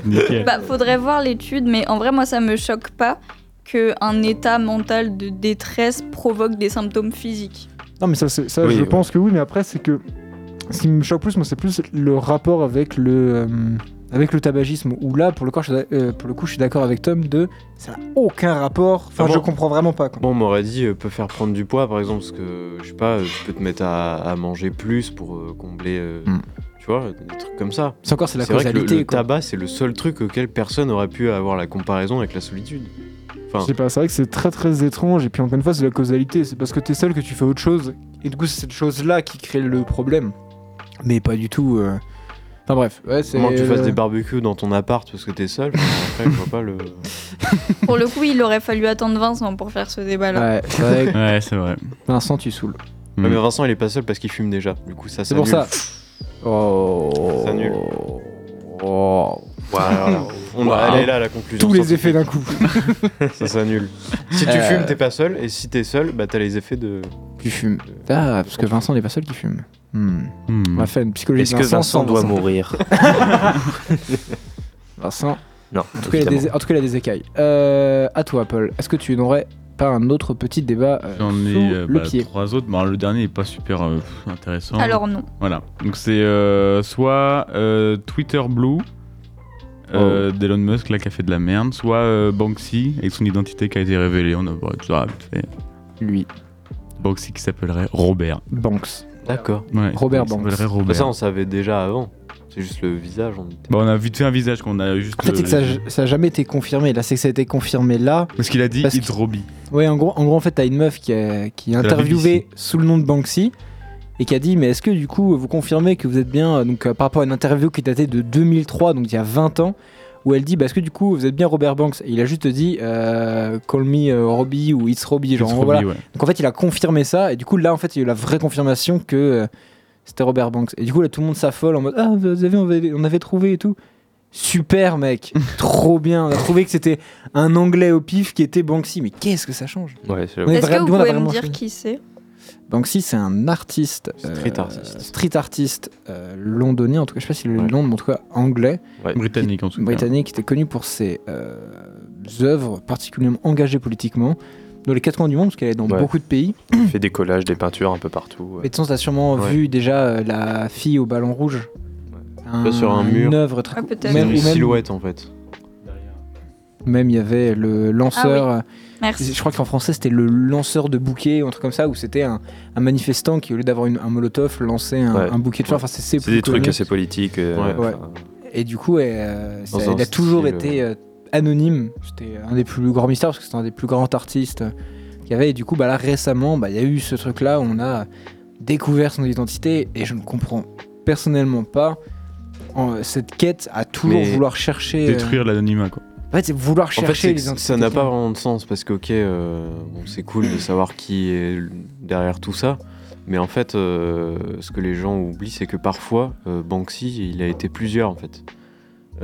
Speaker 4: Nickel.
Speaker 6: Bah, faudrait voir l'étude, mais en vrai, moi, ça me choque pas qu'un état mental de détresse provoque des symptômes physiques.
Speaker 3: Non, mais ça, c'est- ça
Speaker 7: Oui,
Speaker 3: je
Speaker 7: ouais.
Speaker 3: pense que oui, mais après, c'est que. Ce qui me choque plus, moi, c'est plus le rapport avec le. euh, avec le tabagisme, où là, pour le, corps, je suis d'a- euh, pour le coup, je suis d'accord avec Tom de. Ça n'a aucun rapport. Enfin,
Speaker 5: Ah bon
Speaker 3: je comprends vraiment pas. Quoi.
Speaker 5: Bon, on m'aurait dit, euh, peut faire prendre du poids par exemple, parce que je sais pas, euh, tu peux te mettre à, à manger plus pour euh, combler, euh,
Speaker 3: Mm.
Speaker 5: tu vois, des trucs comme ça.
Speaker 3: C'est encore, c'est la
Speaker 5: vrai que le-
Speaker 3: causalité.
Speaker 5: le,
Speaker 3: quoi.
Speaker 5: tabac, c'est le seul truc auquel personne aurait pu avoir la comparaison avec la solitude.
Speaker 10: Je
Speaker 5: Enfin,
Speaker 10: sais pas, c'est vrai que c'est très très étrange. Et puis encore une fois, c'est la causalité. C'est parce que t'es seul que tu fais autre chose.
Speaker 3: Et du coup, c'est cette chose-là qui crée le problème. Mais pas du tout. euh, Enfin bref, ouais, c'est.
Speaker 5: comment tu fasses
Speaker 3: euh,
Speaker 5: des barbecues dans ton appart parce que t'es seul, enfin, après, je vois pas le.
Speaker 3: Mm.
Speaker 6: Pour le coup, il aurait fallu attendre Vincent pour faire ce débat-là.
Speaker 3: Ouais, c'est vrai que
Speaker 4: Ouais, c'est vrai.
Speaker 3: Vincent, tu <laughs> saoules.
Speaker 4: Mm.
Speaker 5: Ouais, mais Vincent, il est pas seul parce qu'il fume déjà. Du coup, ça
Speaker 3: C'est pour
Speaker 5: s'annule.
Speaker 3: ça. Oh.
Speaker 5: Ça s'annule.
Speaker 3: Oh.
Speaker 5: Voilà. On
Speaker 3: Waouh.
Speaker 5: Elle est là la conclusion.
Speaker 3: Tous les
Speaker 5: scientifique.
Speaker 3: effets d'un coup.
Speaker 5: Ça s'annule. Si tu
Speaker 3: Euh.
Speaker 5: fumes, t'es pas seul. Et si t'es seul, bah t'as les effets de.
Speaker 3: <laughs> tu fumes. Ah, parce que Vincent n'est pas seul qui fume. Hmm. On va faire une psychologie
Speaker 7: Est-ce
Speaker 3: de
Speaker 7: que
Speaker 3: Vincent
Speaker 7: Vincent
Speaker 3: sans
Speaker 7: doit mourir
Speaker 3: Vincent.
Speaker 7: Non.
Speaker 3: En tout, cas, il a des, en tout cas, il a des écailles. Euh, à toi, Paul. Est-ce que tu n'aurais pas un autre petit débat euh,
Speaker 4: J'en
Speaker 3: sous
Speaker 4: ai euh,
Speaker 3: le
Speaker 4: bah,
Speaker 3: pied
Speaker 4: trois autres. Bon, le dernier est pas super euh, pff, intéressant.
Speaker 6: Alors non.
Speaker 4: Voilà. Donc c'est euh, soit euh, Twitter Blue
Speaker 3: Oh.
Speaker 4: euh, d'Elon Musk, là, qui a fait de la merde, soit euh, Banksy avec son identité qui a été révélée. On a bah, tu l'auras vite fait.
Speaker 3: Lui,
Speaker 4: Banksy qui s'appellerait Robert.
Speaker 3: Banks.
Speaker 5: D'accord.
Speaker 4: Ouais,
Speaker 3: Robert
Speaker 4: il
Speaker 3: Banks.
Speaker 4: s'appellerait
Speaker 5: Bah, ça,
Speaker 4: Robert.
Speaker 5: on savait déjà avant. C'est juste le visage. On... était-
Speaker 4: Bah, on a vite fait un visage qu'on a juste.
Speaker 3: En fait, c'est que ça
Speaker 4: euh,
Speaker 3: n'a jamais été confirmé. Là, c'est que ça a été confirmé là.
Speaker 4: Parce qu'il a dit
Speaker 3: Parce
Speaker 4: It's
Speaker 3: que-
Speaker 4: Robbie.
Speaker 3: Ouais, en gros, en gros en fait, t'as une meuf qui a, qui a
Speaker 4: la
Speaker 3: interviewé
Speaker 4: BBC.
Speaker 3: sous le nom de Banksy et qui a dit Mais est-ce que du coup, vous confirmez que vous êtes bien, euh, donc euh, par rapport à une interview qui datait de 2003, donc il y a 20 ans, où elle dit Bah, est-ce que du coup, vous êtes bien Robert Banks Et il a juste dit euh, Call me euh, Robbie ou It's Robbie, genre
Speaker 4: It's Robbie,
Speaker 3: voilà.
Speaker 4: ouais.
Speaker 3: Donc en fait, il a confirmé ça et du coup, là, en fait, il y a eu la vraie confirmation que euh, c'était Robert Banks. Et du coup, là, tout le monde s'affole en mode Ah, vous avez, on avait, on avait trouvé et tout. Super mec, trop bien. On a trouvé que c'était un Anglais au pif qui était Banksy. Mais qu'est-ce que ça change
Speaker 7: Ouais, c'est-
Speaker 3: On est
Speaker 6: Est-ce que
Speaker 3: vraiment-
Speaker 6: vous
Speaker 3: on a
Speaker 6: pouvez me
Speaker 3: vraiment
Speaker 6: dire
Speaker 3: fait.
Speaker 6: qui c'est
Speaker 3: Banksy, c'est un artiste.
Speaker 5: Street
Speaker 3: euh,
Speaker 5: artist.
Speaker 3: Street artiste euh, londonien, en tout cas, je sais pas si le nom, mais en tout cas anglais,
Speaker 4: Britannique en tout cas.
Speaker 3: britannique, qui était connu pour ses euh, œuvres particulièrement engagées politiquement dans les quatre coins du monde, parce qu'elle est dans
Speaker 7: Ouais.
Speaker 3: beaucoup de pays.
Speaker 7: Il fait des collages, des peintures un peu partout.
Speaker 3: Mais de toute façon, t'as sûrement
Speaker 7: Ouais.
Speaker 3: vu déjà euh, la fille au ballon rouge.
Speaker 5: Pas sur un mur.
Speaker 3: Une œuvre très
Speaker 6: Ah,
Speaker 3: cou-
Speaker 6: peut-être.
Speaker 5: C'est
Speaker 3: même,
Speaker 5: une
Speaker 3: ou même-
Speaker 5: silhouette en fait.
Speaker 3: même il y avait le lanceur.
Speaker 6: Ah
Speaker 3: euh,
Speaker 6: Merci.
Speaker 3: Je crois qu'en français c'était le lanceur de bouquets ou un truc comme ça, où c'était un, un manifestant qui, au lieu d'avoir une- un molotov, lançait un,
Speaker 7: Ouais.
Speaker 3: un bouquet de fleurs. Enfin, c'est, c'est
Speaker 7: C'est des
Speaker 3: plus
Speaker 7: trucs
Speaker 3: connu.
Speaker 7: assez politiques. euh,
Speaker 5: Ouais.
Speaker 7: enfin,
Speaker 3: Ouais. Et du coup, elle, euh,
Speaker 5: Dans
Speaker 3: ça-
Speaker 5: un
Speaker 3: elle a
Speaker 5: style,
Speaker 3: toujours
Speaker 5: euh,
Speaker 3: été euh, anonyme. C'était un des plus grands mystères parce que c'était un des plus grands artistes euh, qu'il y avait. Et du coup, bah, là récemment, bah, il y a eu ce truc-là où on a découvert son identité et je ne comprends personnellement pas en- cette quête à toujours
Speaker 5: Mais
Speaker 3: vouloir chercher. euh,
Speaker 4: Détruire l'anonymat, quoi.
Speaker 3: En fait, c'est vouloir
Speaker 5: En fait,
Speaker 3: chercher
Speaker 5: c'est que
Speaker 3: l'identité.
Speaker 5: ça n'a pas vraiment de sens parce que, ok, euh, bon, c'est cool de savoir qui est derrière tout ça, mais en fait, euh, ce que les gens oublient, c'est que parfois, euh, Banksy, il a été plusieurs en fait.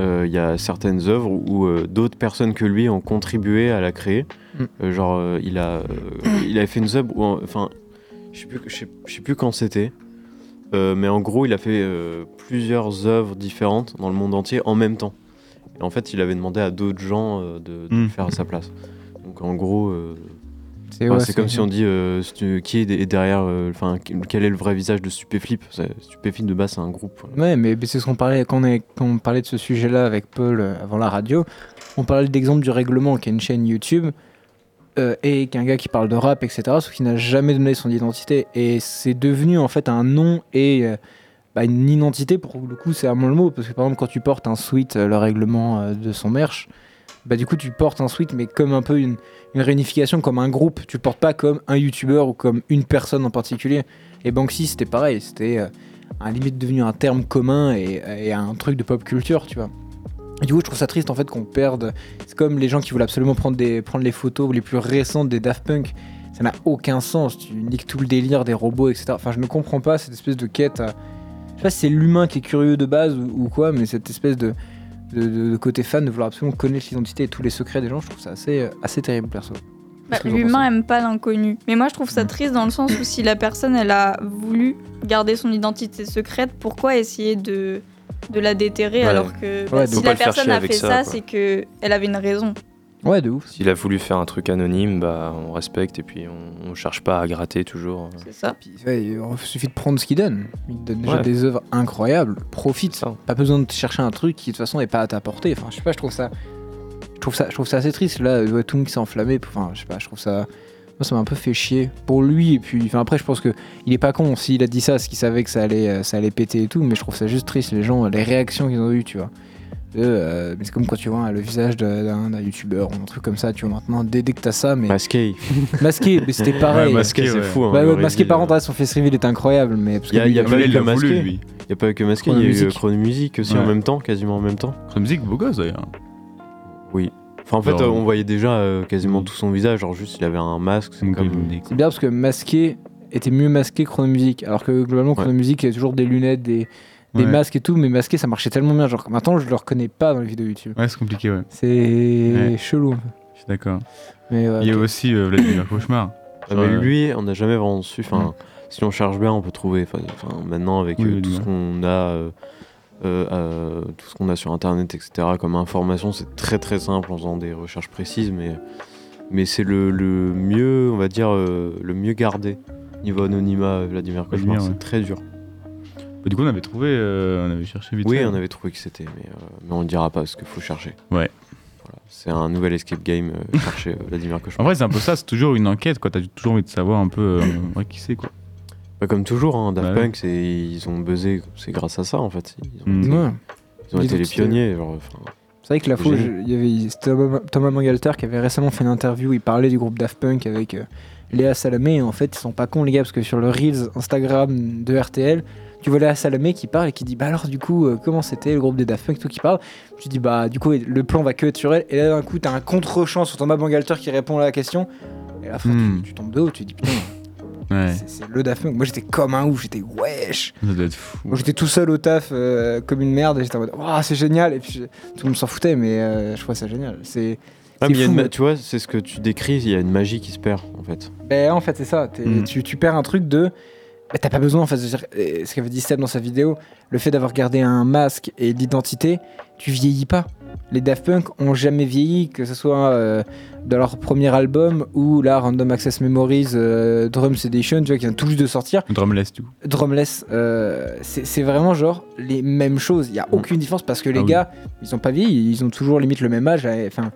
Speaker 5: Euh, Il y a certaines œuvres où euh, d'autres personnes que lui ont contribué à la créer.
Speaker 3: Mm.
Speaker 5: Euh, genre, euh, il a, euh, il avait fait une œuvre où, enfin, je sais plus, je sais- je sais plus quand c'était, euh, mais en gros, il a fait euh, plusieurs œuvres différentes dans le monde entier en même temps. Et en fait, il avait demandé à d'autres gens euh, de, de
Speaker 4: Mm.
Speaker 5: le faire à sa place. Donc en gros, euh,
Speaker 3: C'est-
Speaker 5: enfin,
Speaker 3: ouais,
Speaker 5: c'est comme
Speaker 3: c'est-
Speaker 5: si on dit euh, Stu- qui est de- derrière, euh, enfin quel est le vrai visage de Stupéflip C'est- Stupéflip de base, c'est un groupe.
Speaker 3: Ouais, mais c'est ce qu'on parlait quand on, est- quand on parlait de ce sujet-là avec Paul euh, avant la radio. On parlait d'exemple du règlement, qui est une chaîne YouTube, euh, et qu'un gars qui parle de rap, etc., sauf qu'il n'a jamais donné son identité. Et c'est devenu en fait un nom et euh, bah, une identité, pour le coup, c'est vraiment le mot. Parce que par exemple, quand tu portes un sweat, euh, le règlement euh, de son merch, bah du coup, tu portes un sweat, mais comme un peu une, une réunification, comme un groupe. Tu portes pas comme un youtubeur ou comme une personne en particulier. Et Banksy, c'était pareil, c'était. euh, un limite devenu un terme commun et, et un truc de pop culture, tu vois. Et du coup, je trouve ça triste en fait qu'on perde. C'est comme les gens qui veulent absolument prendre, des, prendre les photos les plus récentes des Daft Punk. Ça n'a aucun sens. Tu niques tout le délire des robots, etc. Enfin, je ne comprends pas cette espèce de quête. à- Je sais pas si c'est l'humain qui est curieux de base ou, ou quoi, mais cette espèce de, de, de- de côté fan de vouloir absolument connaître l'identité et tous les secrets des gens, je trouve ça assez, euh, assez terrible perso.
Speaker 6: Bah,
Speaker 3: Qu'est-ce que hein. vous en
Speaker 6: L'humain aime pas l'inconnu. Mais moi, je trouve ça triste dans le sens où si la personne, elle a voulu garder son identité secrète, pourquoi essayer de, de la déterrer
Speaker 7: Ouais.
Speaker 6: alors que bah,
Speaker 7: Ouais, faut
Speaker 6: si
Speaker 7: pas
Speaker 6: la
Speaker 7: le faire
Speaker 6: personne
Speaker 7: chier
Speaker 6: a
Speaker 7: avec
Speaker 6: fait
Speaker 7: ça,
Speaker 6: ça,
Speaker 7: quoi.
Speaker 6: c'est que elle avait une raison.
Speaker 3: Ouais, de ouf.
Speaker 7: S'il a voulu faire un truc anonyme, bah, on respecte et puis on, on cherche pas à gratter toujours.
Speaker 6: C'est ça.
Speaker 3: Ouais, il suffit de prendre ce qu'il donne. Il donne déjà
Speaker 7: Ouais.
Speaker 3: des œuvres incroyables. Profite. Pas besoin de chercher un truc qui de toute façon n'est pas à ta portée. Enfin, je sais pas, je trouve ça, je trouve ça, je trouve ça assez triste. Là, euh, ouais, Toon qui s'est enflammé. Enfin, je sais pas, je trouve ça. Moi, ça m'a un peu fait chier pour lui. Et puis, enfin, après, je pense que il est pas con. S'il a dit ça, c'est qu'il savait que ça allait, euh, ça allait péter et tout. Mais je trouve ça juste triste. Les gens, les réactions qu'ils ont eues, tu vois. De, euh, mais c'est comme quand tu vois hein, le visage de- d'un d'un youtubeur ou un truc comme ça, tu vois. Maintenant, dès, dès que t'as ça, mais.
Speaker 5: Masqué.
Speaker 3: Masqué, mais c'était pareil.
Speaker 5: Ouais, masqué, c'est fou. hein,
Speaker 3: Bah
Speaker 5: le
Speaker 3: ouais, masqué
Speaker 5: reveal.
Speaker 3: par contre, son face reveal est incroyable, mais parce
Speaker 5: Il y a,
Speaker 3: que lui,
Speaker 5: il y a
Speaker 3: il a-
Speaker 5: pas eu
Speaker 4: il
Speaker 5: que
Speaker 4: l'a voulu,
Speaker 5: masqué.
Speaker 4: lui.
Speaker 5: Il euh. y a pas eu que masqué. Il y a eu
Speaker 3: Chronomusique.
Speaker 5: Chronomusique aussi en
Speaker 4: Ouais.
Speaker 5: même temps, quasiment en même temps.
Speaker 4: Sa musique, beau gosse d'ailleurs.
Speaker 5: Oui. Enfin, en fait,
Speaker 4: Genre- mm.
Speaker 5: euh, on voyait déjà euh, quasiment tout son visage. Genre juste, il avait un masque. C'est comme.
Speaker 3: C'est bien parce que masqué était mieux masqué que chronomusique, alors que globalement chronomusique il y a toujours des lunettes, des, des
Speaker 4: Ouais.
Speaker 3: masques et tout, mais masqué ça marchait tellement bien, genre que maintenant je le reconnais pas dans les vidéos YouTube.
Speaker 4: Ouais, c'est compliqué, ouais.
Speaker 3: C'est
Speaker 4: Ouais.
Speaker 3: chelou un peu.
Speaker 4: Je suis d'accord.
Speaker 3: Mais ouais,
Speaker 4: Il y a
Speaker 3: ok.
Speaker 4: aussi euh, <coughs> Vladimir Cauchemar.
Speaker 5: Ah, mais
Speaker 4: Ouais. Mm.
Speaker 5: lui, on n'a jamais vraiment su. Enfin, si on cherche bien, on peut trouver. Enfin, enfin, maintenant, avec
Speaker 4: Oui,
Speaker 5: euh,
Speaker 4: oui,
Speaker 5: tout
Speaker 4: oui.
Speaker 5: ce qu'on a, euh, euh, euh, tout ce qu'on a sur Internet, etc. Comme information, c'est très très simple en faisant des recherches précises, mais mais c'est le, le mieux, on va dire, euh, le mieux gardé niveau anonymat. euh, Vladimir Cauchemar,
Speaker 4: Vladimir,
Speaker 5: c'est
Speaker 4: ouais.
Speaker 5: très dur.
Speaker 4: Bah, Du coup, on avait trouvé, euh, on avait cherché vite
Speaker 5: Oui,
Speaker 4: fait.
Speaker 5: on avait trouvé que c'était, mais, euh, mais on ne dira pas parce qu'il faut chercher.
Speaker 4: Ouais.
Speaker 5: Voilà. C'est un nouvel escape game. euh, chercher euh, Vladimir Cauchemar.
Speaker 4: En vrai, c'est un peu ça, c'est toujours une enquête, quoi. T'as toujours envie de savoir un peu euh, en vrai, qui c'est, quoi.
Speaker 5: Bah, comme toujours, hein, Daft
Speaker 4: Ouais.
Speaker 5: Punk, c'est- ils ont buzzé, c'est grâce à ça en fait. Ils ont,
Speaker 4: Mm.
Speaker 5: été,
Speaker 3: Ouais.
Speaker 5: ils ont été les
Speaker 3: L'identité.
Speaker 5: pionniers. genre, enfin,
Speaker 3: C'est vrai que la fois,
Speaker 5: Génial.
Speaker 3: je- il y avait c'était Thomas, Thomas Mangalter qui avait récemment fait une interview, il parlait du groupe Daft Punk avec euh, Léa Salamé, et en fait, ils sont pas cons les gars, parce que sur le Reels Instagram de RTL, tu vois Léa Salamé qui parle et qui dit Bah alors, du coup, euh, comment c'était le groupe des Daft Punk, tout qui parle Tu dis Bah, du coup, le plan va que être sur elle, et là d'un coup, t'as un contre-champ sur Thomas Mangalter qui répond à la question, et à la fin,
Speaker 4: Hmm.
Speaker 3: tu, tu tombes de haut, tu dis Putain,
Speaker 4: Ouais,
Speaker 3: c'est- c'est le Daft Punk. Moi, j'étais comme un ouf, j'étais wesh
Speaker 4: ça doit être fou.
Speaker 3: moi, j'étais tout seul au taf euh, comme une merde et j'étais en mode Waouh, c'est génial et puis je- tout le monde s'en foutait mais euh, je trouvais ça génial. C'est
Speaker 5: Ah,
Speaker 3: c'est
Speaker 5: mais il y a
Speaker 3: fou, hein.
Speaker 5: une ma-
Speaker 3: mais-
Speaker 5: tu vois, c'est ce que tu décris, il y a une magie qui se perd en fait.
Speaker 3: Ben, en fait c'est ça, T'es-
Speaker 5: Hmm.
Speaker 4: Mm.
Speaker 3: tu, tu perds un truc de ben, t'as pas besoin en fait de dire euh, ce qu'avait dit Seb dans sa vidéo, le fait d'avoir gardé un masque et l'identité, tu vieillis pas. Les Daft Punk ont jamais vieilli, que ce soit euh, dans leur premier album ou là Random Access Memories euh, Drums Edition, tu vois, qui vient tout juste de sortir.
Speaker 4: Drumless, du coup.
Speaker 3: Drumless, euh, c'est c'est vraiment genre les mêmes choses.
Speaker 7: Mm.
Speaker 3: Il y a aucune différence parce que les
Speaker 4: Ah oui.
Speaker 3: gars, ils ont pas vieilli, ils ont toujours limite le même âge. euh, Enfin,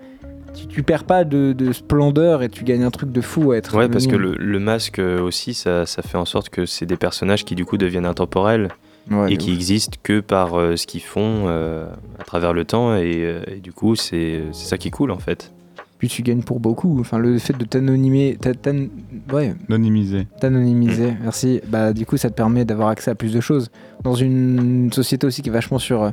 Speaker 3: tu, tu perds pas de, de splendeur et tu gagnes un truc de fou à être.
Speaker 7: Ouais, parce que
Speaker 3: anonyme.
Speaker 7: le, le masque euh, aussi, ça, ça fait en sorte que c'est des personnages qui du coup deviennent intemporels
Speaker 3: Ouais,
Speaker 7: et
Speaker 3: de
Speaker 7: qui existent que par euh, ce qu'ils font euh, à travers le temps et, euh, et du coup, c'est c'est ça qui est cool en fait.
Speaker 3: Puis tu gagnes pour beaucoup. Enfin, le fait de t'anonymer, t'a- t'an- ouais,
Speaker 4: Anonymisé.
Speaker 3: t'anonymiser,
Speaker 7: Mm.
Speaker 3: merci. Bah, du coup, ça te permet d'avoir accès à plus de choses. Dans une société aussi qui est vachement sur euh,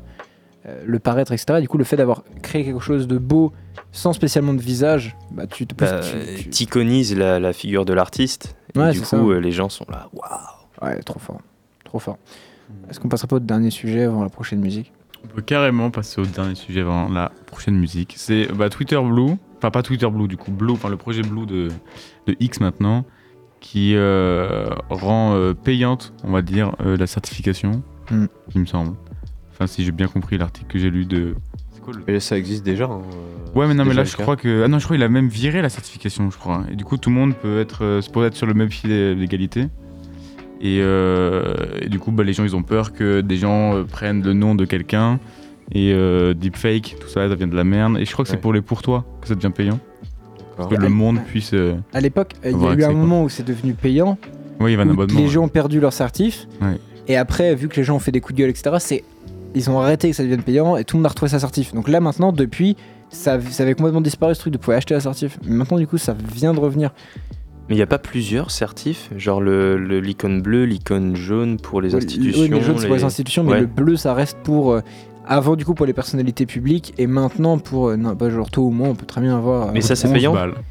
Speaker 3: le paraître, etc. Du coup, le fait d'avoir créé quelque chose de beau sans spécialement de visage, bah, tu te
Speaker 7: Bah,
Speaker 3: tu- tu-
Speaker 7: T'iconise la, la figure de l'artiste. et
Speaker 3: Ouais,
Speaker 7: du
Speaker 3: c'est
Speaker 7: coup,
Speaker 3: ça.
Speaker 7: euh, les gens sont là. Waouh
Speaker 3: Ouais, trop fort. Trop fort. Est-ce qu'on passera pas au dernier sujet avant la prochaine musique
Speaker 4: On peut carrément passer au dernier sujet avant la prochaine musique. C'est bah, Twitter Blue, enfin pas Twitter Blue du coup, Blue, enfin le projet Blue de, de X maintenant, qui euh, rend euh, payante, on va dire, euh, la certification,
Speaker 3: Hmm.
Speaker 4: il me semble. Enfin si j'ai bien compris l'article que j'ai lu de...
Speaker 5: Mais ça existe déjà. hein, euh,
Speaker 4: Ouais mais non
Speaker 5: c'est
Speaker 4: mais là
Speaker 5: déjà
Speaker 4: je
Speaker 5: le
Speaker 4: crois
Speaker 5: cas.
Speaker 4: que... Ah non je crois qu'il a même viré la certification je crois. Et du coup tout le monde peut être, euh, se pourrait être sur le même filet d'égalité. Et, euh, et du coup bah, les gens ils ont peur que des gens euh, prennent le nom de quelqu'un. et euh, deepfake, tout ça, ça vient de la merde. Et je crois que
Speaker 5: Ouais.
Speaker 4: c'est pour les pour toi que ça devient payant. Pour que
Speaker 5: D'accord.
Speaker 4: le monde puisse. euh,
Speaker 3: À l'époque, euh, il y
Speaker 4: Avoir
Speaker 3: a eu
Speaker 4: accès,
Speaker 3: un
Speaker 4: quoi.
Speaker 3: moment où c'est devenu payant,
Speaker 4: Oui, il y avait un
Speaker 3: où
Speaker 4: abonnement.
Speaker 3: les
Speaker 4: ouais.
Speaker 3: gens ont perdu leur certif,
Speaker 4: Ouais.
Speaker 3: et après, vu que les gens ont fait des coups de gueule, etc., c'est... ils ont arrêté que ça devienne payant, et tout le monde a retrouvé sa certif. Donc là, maintenant, depuis, ça, ça avait complètement disparu ce truc de pouvoir acheter la certif. Mais maintenant, du coup, ça vient de revenir.
Speaker 7: Mais il n'y a pas plusieurs certifs Genre le- le- l'icône bleue, l'icône jaune pour les
Speaker 3: Oui,
Speaker 7: institutions.
Speaker 3: oui, mais jaune, c'est pour les
Speaker 7: les-
Speaker 3: institutions, mais
Speaker 7: Ouais.
Speaker 3: le bleu, ça reste pour. euh, avant, du coup, pour les personnalités publiques, et maintenant, pour. euh, non, pas genre toi ou moi, on peut très bien avoir. euh,
Speaker 7: Mais ça, c'est
Speaker 4: 11
Speaker 7: payant
Speaker 4: balles.
Speaker 3: ça,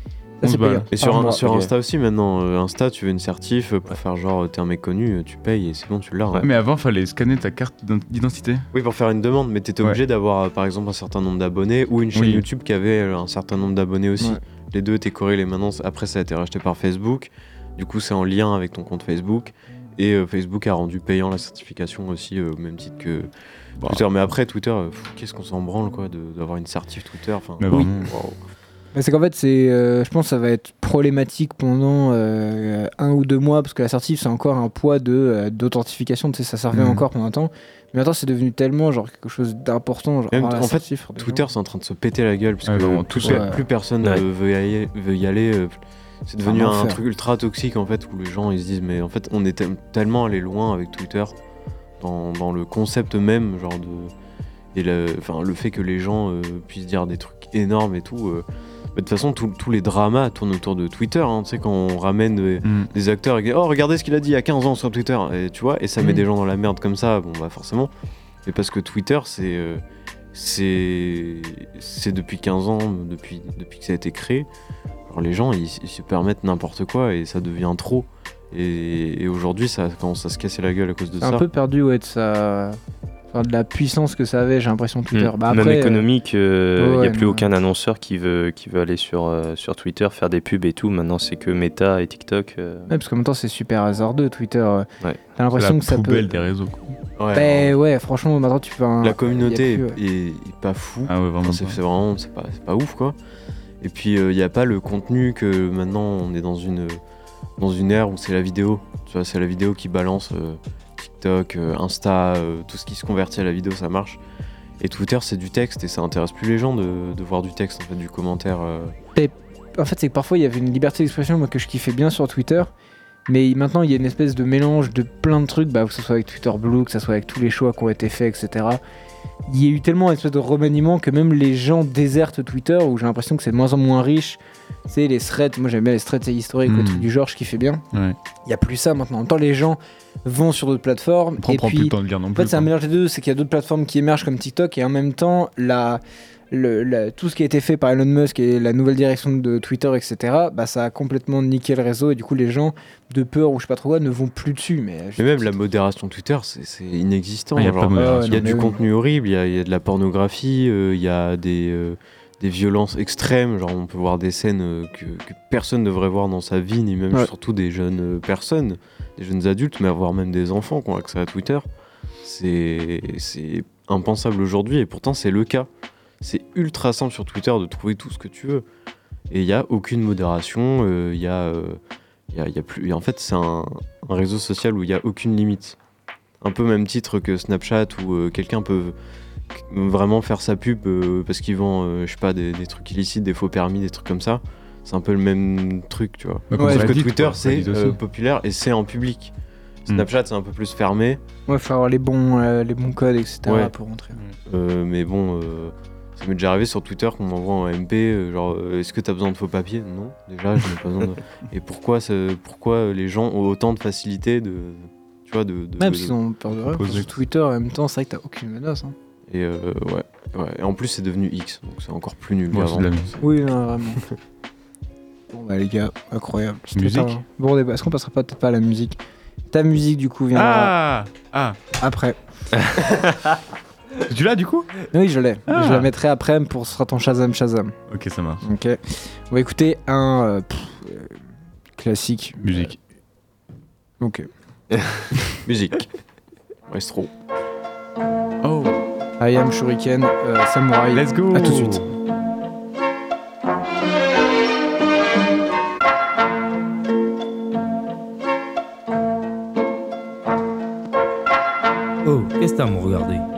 Speaker 3: c'est
Speaker 4: 11 balles.
Speaker 3: payant.
Speaker 5: Et sur,
Speaker 3: Par
Speaker 5: un-
Speaker 3: mois,
Speaker 5: sur
Speaker 3: Ah, ok.
Speaker 5: Insta aussi maintenant, euh, Insta tu veux une certif euh, pour faire genre euh, t'es un mec connu, euh, tu payes et c'est bon tu l'as. hein.
Speaker 4: Ouais, mais avant, fallait scanner ta carte d'ident- d'identité.
Speaker 5: Oui pour faire une demande mais t'étais
Speaker 4: Ouais.
Speaker 5: obligé d'avoir euh, par exemple un certain nombre d'abonnés ou une chaîne
Speaker 4: Oui.
Speaker 5: YouTube qui avait euh, un certain nombre d'abonnés aussi.
Speaker 3: Ouais.
Speaker 5: Les deux étaient corrélés maintenant, c'est- après ça a été racheté par Facebook, du coup c'est en lien avec ton compte Facebook et euh, Facebook a rendu payant la certification aussi euh, au même titre que
Speaker 4: Bah.
Speaker 5: Twitter. Mais après Twitter, euh, pff, qu'est-ce qu'on s'en branle quoi de- d'avoir une certif Twitter. Enfin,
Speaker 4: Mais
Speaker 5: oui.
Speaker 4: vraiment.
Speaker 5: waouh.
Speaker 3: Mais Bah, C'est qu'en fait, c'est, euh, je pense que ça va être problématique pendant euh, un ou deux mois, parce que la certif, c'est encore un poids de, euh, d'authentification, tu sais, ça servait
Speaker 5: Hmm.
Speaker 4: Mhm.
Speaker 3: encore pendant un temps. Mais maintenant, c'est devenu tellement genre, quelque chose d'important. Genre,
Speaker 5: Même
Speaker 3: avoir la
Speaker 5: en fait,
Speaker 3: certif, pour des gens.
Speaker 5: Twitter c'est en train de se péter la gueule parce
Speaker 4: Ouais,
Speaker 5: que
Speaker 4: vraiment,
Speaker 5: plus,
Speaker 4: tout
Speaker 5: pe-
Speaker 3: ça.
Speaker 5: plus personne
Speaker 7: Ouais.
Speaker 5: euh, veut y aller. veut y aller, euh, c'est devenu
Speaker 3: un
Speaker 5: un,
Speaker 3: enfer.
Speaker 5: truc ultra toxique en fait où les gens ils se disent mais en fait on est tel- tellement allé loin avec Twitter dans, dans le concept même genre de et le, enfin, le fait que les gens euh, puissent dire des trucs énormes et tout. euh, bah, de toute façon tout- tous les dramas tournent autour de Twitter. hein, tu sais quand on ramène euh, des,
Speaker 4: Mm.
Speaker 5: des acteurs et que, oh regardez ce qu'il a dit il y a 15 ans sur Twitter et tu vois et ça met
Speaker 3: Mhm.
Speaker 5: des gens dans la merde comme ça bon bah forcément mais parce que Twitter c'est euh, c'est c'est depuis 15 ans depuis depuis que ça a été créé alors les gens ils, ils se permettent n'importe quoi et ça devient trop et, et aujourd'hui ça commence à se casser la gueule à cause de
Speaker 3: C'est un
Speaker 5: ça
Speaker 3: peu perdu, ouais, de, sa... enfin, de la puissance que ça avait, j'ai l'impression,
Speaker 5: Hmm.
Speaker 3: Twitter.
Speaker 7: Mm.
Speaker 3: Bah, après,
Speaker 7: Même
Speaker 3: euh,
Speaker 7: économique, il
Speaker 3: ouais,
Speaker 7: n'y a
Speaker 3: non,
Speaker 7: plus
Speaker 3: ouais.
Speaker 7: aucun annonceur qui veut, qui veut aller sur, euh, sur Twitter faire des pubs et tout. Maintenant, c'est que Meta et TikTok. euh.
Speaker 3: ouais, parce qu'en même temps, c'est super hasardeux, Twitter. euh,
Speaker 7: Ouais.
Speaker 3: T'as
Speaker 4: C'est
Speaker 3: l'impression
Speaker 4: la
Speaker 3: que ça
Speaker 4: poubelle
Speaker 3: peut.
Speaker 4: des réseaux. quoi.
Speaker 5: Ouais,
Speaker 3: Ben
Speaker 5: alors,
Speaker 3: ouais, franchement, maintenant, tu peux. un- y
Speaker 5: la
Speaker 3: a
Speaker 5: communauté
Speaker 3: plus, ouais.
Speaker 5: est, est pas fou
Speaker 4: Ah ouais, vraiment.
Speaker 5: Enfin, c'est
Speaker 4: pas.
Speaker 5: c'est vraiment, c'est pas, c'est pas ouf quoi. Et puis il n'y a pas le contenu que maintenant on est dans une, dans une ère où c'est la vidéo. Tu vois, c'est la vidéo qui balance euh, TikTok, euh, Insta, euh, tout ce qui se convertit à la vidéo, ça marche. Et Twitter, c'est du texte et ça intéresse plus les gens de, de voir du texte, en fait, du commentaire. euh.
Speaker 3: en fait, c'est que parfois il y avait une liberté d'expression moi que je kiffais bien sur Twitter, mais maintenant il y a une espèce de mélange de plein de trucs, bah, que ce soit avec Twitter Blue, que ce soit avec tous les choix qui ont été faits, etc. Il y a eu tellement une espèce de remaniement que même les gens désertent Twitter, où j'ai l'impression que c'est de moins en moins riche. Tu sais, les threads, moi j'aime bien les threads historiques, le
Speaker 4: Mhm.
Speaker 3: truc du genre, je kiffais bien. Il
Speaker 4: Ouais.
Speaker 3: y a plus ça maintenant. En même temps, les gens vont sur d'autres plateformes.
Speaker 4: On prend,
Speaker 3: et
Speaker 4: prend
Speaker 3: puis,
Speaker 4: plus le temps de lire non
Speaker 3: en
Speaker 4: plus.
Speaker 3: fait, c'est un
Speaker 4: quoi.
Speaker 3: mélange des deux, c'est qu'il y a d'autres plateformes qui émergent comme TikTok et en même temps, la, le- la- tout ce qui a été fait par Elon Musk et la nouvelle direction de Twitter, etc., bah, ça a complètement niqué le réseau et du coup, les gens, de peur ou je sais pas trop quoi, ne vont plus dessus. Mais, euh, je-
Speaker 5: Mais même la modération Twitter, c'est c'est inexistant.
Speaker 4: Ah, y a pas
Speaker 5: genre.
Speaker 4: de modération.
Speaker 3: Ouais,
Speaker 5: Il y a
Speaker 3: non, mais
Speaker 5: du
Speaker 3: oui.
Speaker 5: contenu horrible, il y a, il y a de la pornographie, euh, il y a des, euh, des violences extrêmes. Genre, on peut voir des scènes euh, que, que personne ne devrait voir dans sa vie, ni même
Speaker 3: Ouais.
Speaker 5: surtout des jeunes euh, personnes, des jeunes adultes, mais voire même des enfants qui ont accès à Twitter. C'est c'est impensable aujourd'hui, et pourtant, c'est le cas. C'est ultra simple sur Twitter de trouver tout ce que tu veux. Et il n'y a aucune modération, euh, il y a. euh, il y a- il y a plus... et en fait, c'est un, un réseau social où il n'y a aucune limite. Un peu même titre que Snapchat où euh, quelqu'un peut vraiment faire sa pub euh, parce qu'il vend, euh, je sais pas, des, des trucs illicites, des faux permis, des trucs comme ça. C'est un peu le même truc, tu vois.
Speaker 4: Bah, comme
Speaker 3: Ouais,
Speaker 5: Sauf
Speaker 4: Reddit,
Speaker 5: que Twitter,
Speaker 4: quoi,
Speaker 5: c'est
Speaker 4: Reddit aussi.
Speaker 5: euh, populaire et c'est en public.
Speaker 4: Hmm.
Speaker 5: Snapchat, c'est un peu plus fermé,
Speaker 3: Ouais, faut avoir les bons, euh, les bons codes, etc.
Speaker 5: Ouais.
Speaker 3: pour rentrer.
Speaker 5: euh, mais bon, euh, Ça m'est déjà arrivé sur Twitter qu'on m'envoie en MP, euh, genre euh, est-ce que t'as besoin de faux papiers Non, déjà je n'ai pas
Speaker 4: <laughs>
Speaker 5: besoin de. Et pourquoi, ça- pourquoi les gens ont autant de facilité de. Tu vois, de. de-
Speaker 3: Même
Speaker 5: de-
Speaker 3: s'ils ont peur de rien.
Speaker 5: proposer.
Speaker 3: Sur Twitter, en même temps, c'est vrai que t'as aucune menace. hein.
Speaker 5: Et euh, ouais, ouais. Et en plus c'est devenu X, donc c'est encore plus nul
Speaker 4: Ouais,
Speaker 5: qu'avant.
Speaker 4: c'est de la
Speaker 3: Oui, non, vraiment. bon, bah, les gars, incroyable. C'était
Speaker 4: Musique
Speaker 3: pas un Bon, débat. est-ce qu'on passera pas peut-être pas à la musique Ta musique, du coup,
Speaker 4: Ah
Speaker 3: viendra
Speaker 4: Ah
Speaker 3: après.
Speaker 4: Tu l'as du coup
Speaker 3: Oui, je l'ai.
Speaker 4: Ah.
Speaker 3: Je la mettrai après pour ce sera ton Shazam Shazam.
Speaker 4: Ok, ça marche.
Speaker 3: Ok. On va écouter un euh, pff, euh, classique.
Speaker 4: Musique.
Speaker 3: Ok.
Speaker 5: Musique. Maestro.
Speaker 4: Oh
Speaker 3: I am Shuriken, euh, Samurai.
Speaker 4: Let's go
Speaker 3: À tout de suite.
Speaker 11: Oh, qu'est-ce que t'as à me regarder
Speaker 12: <laughs>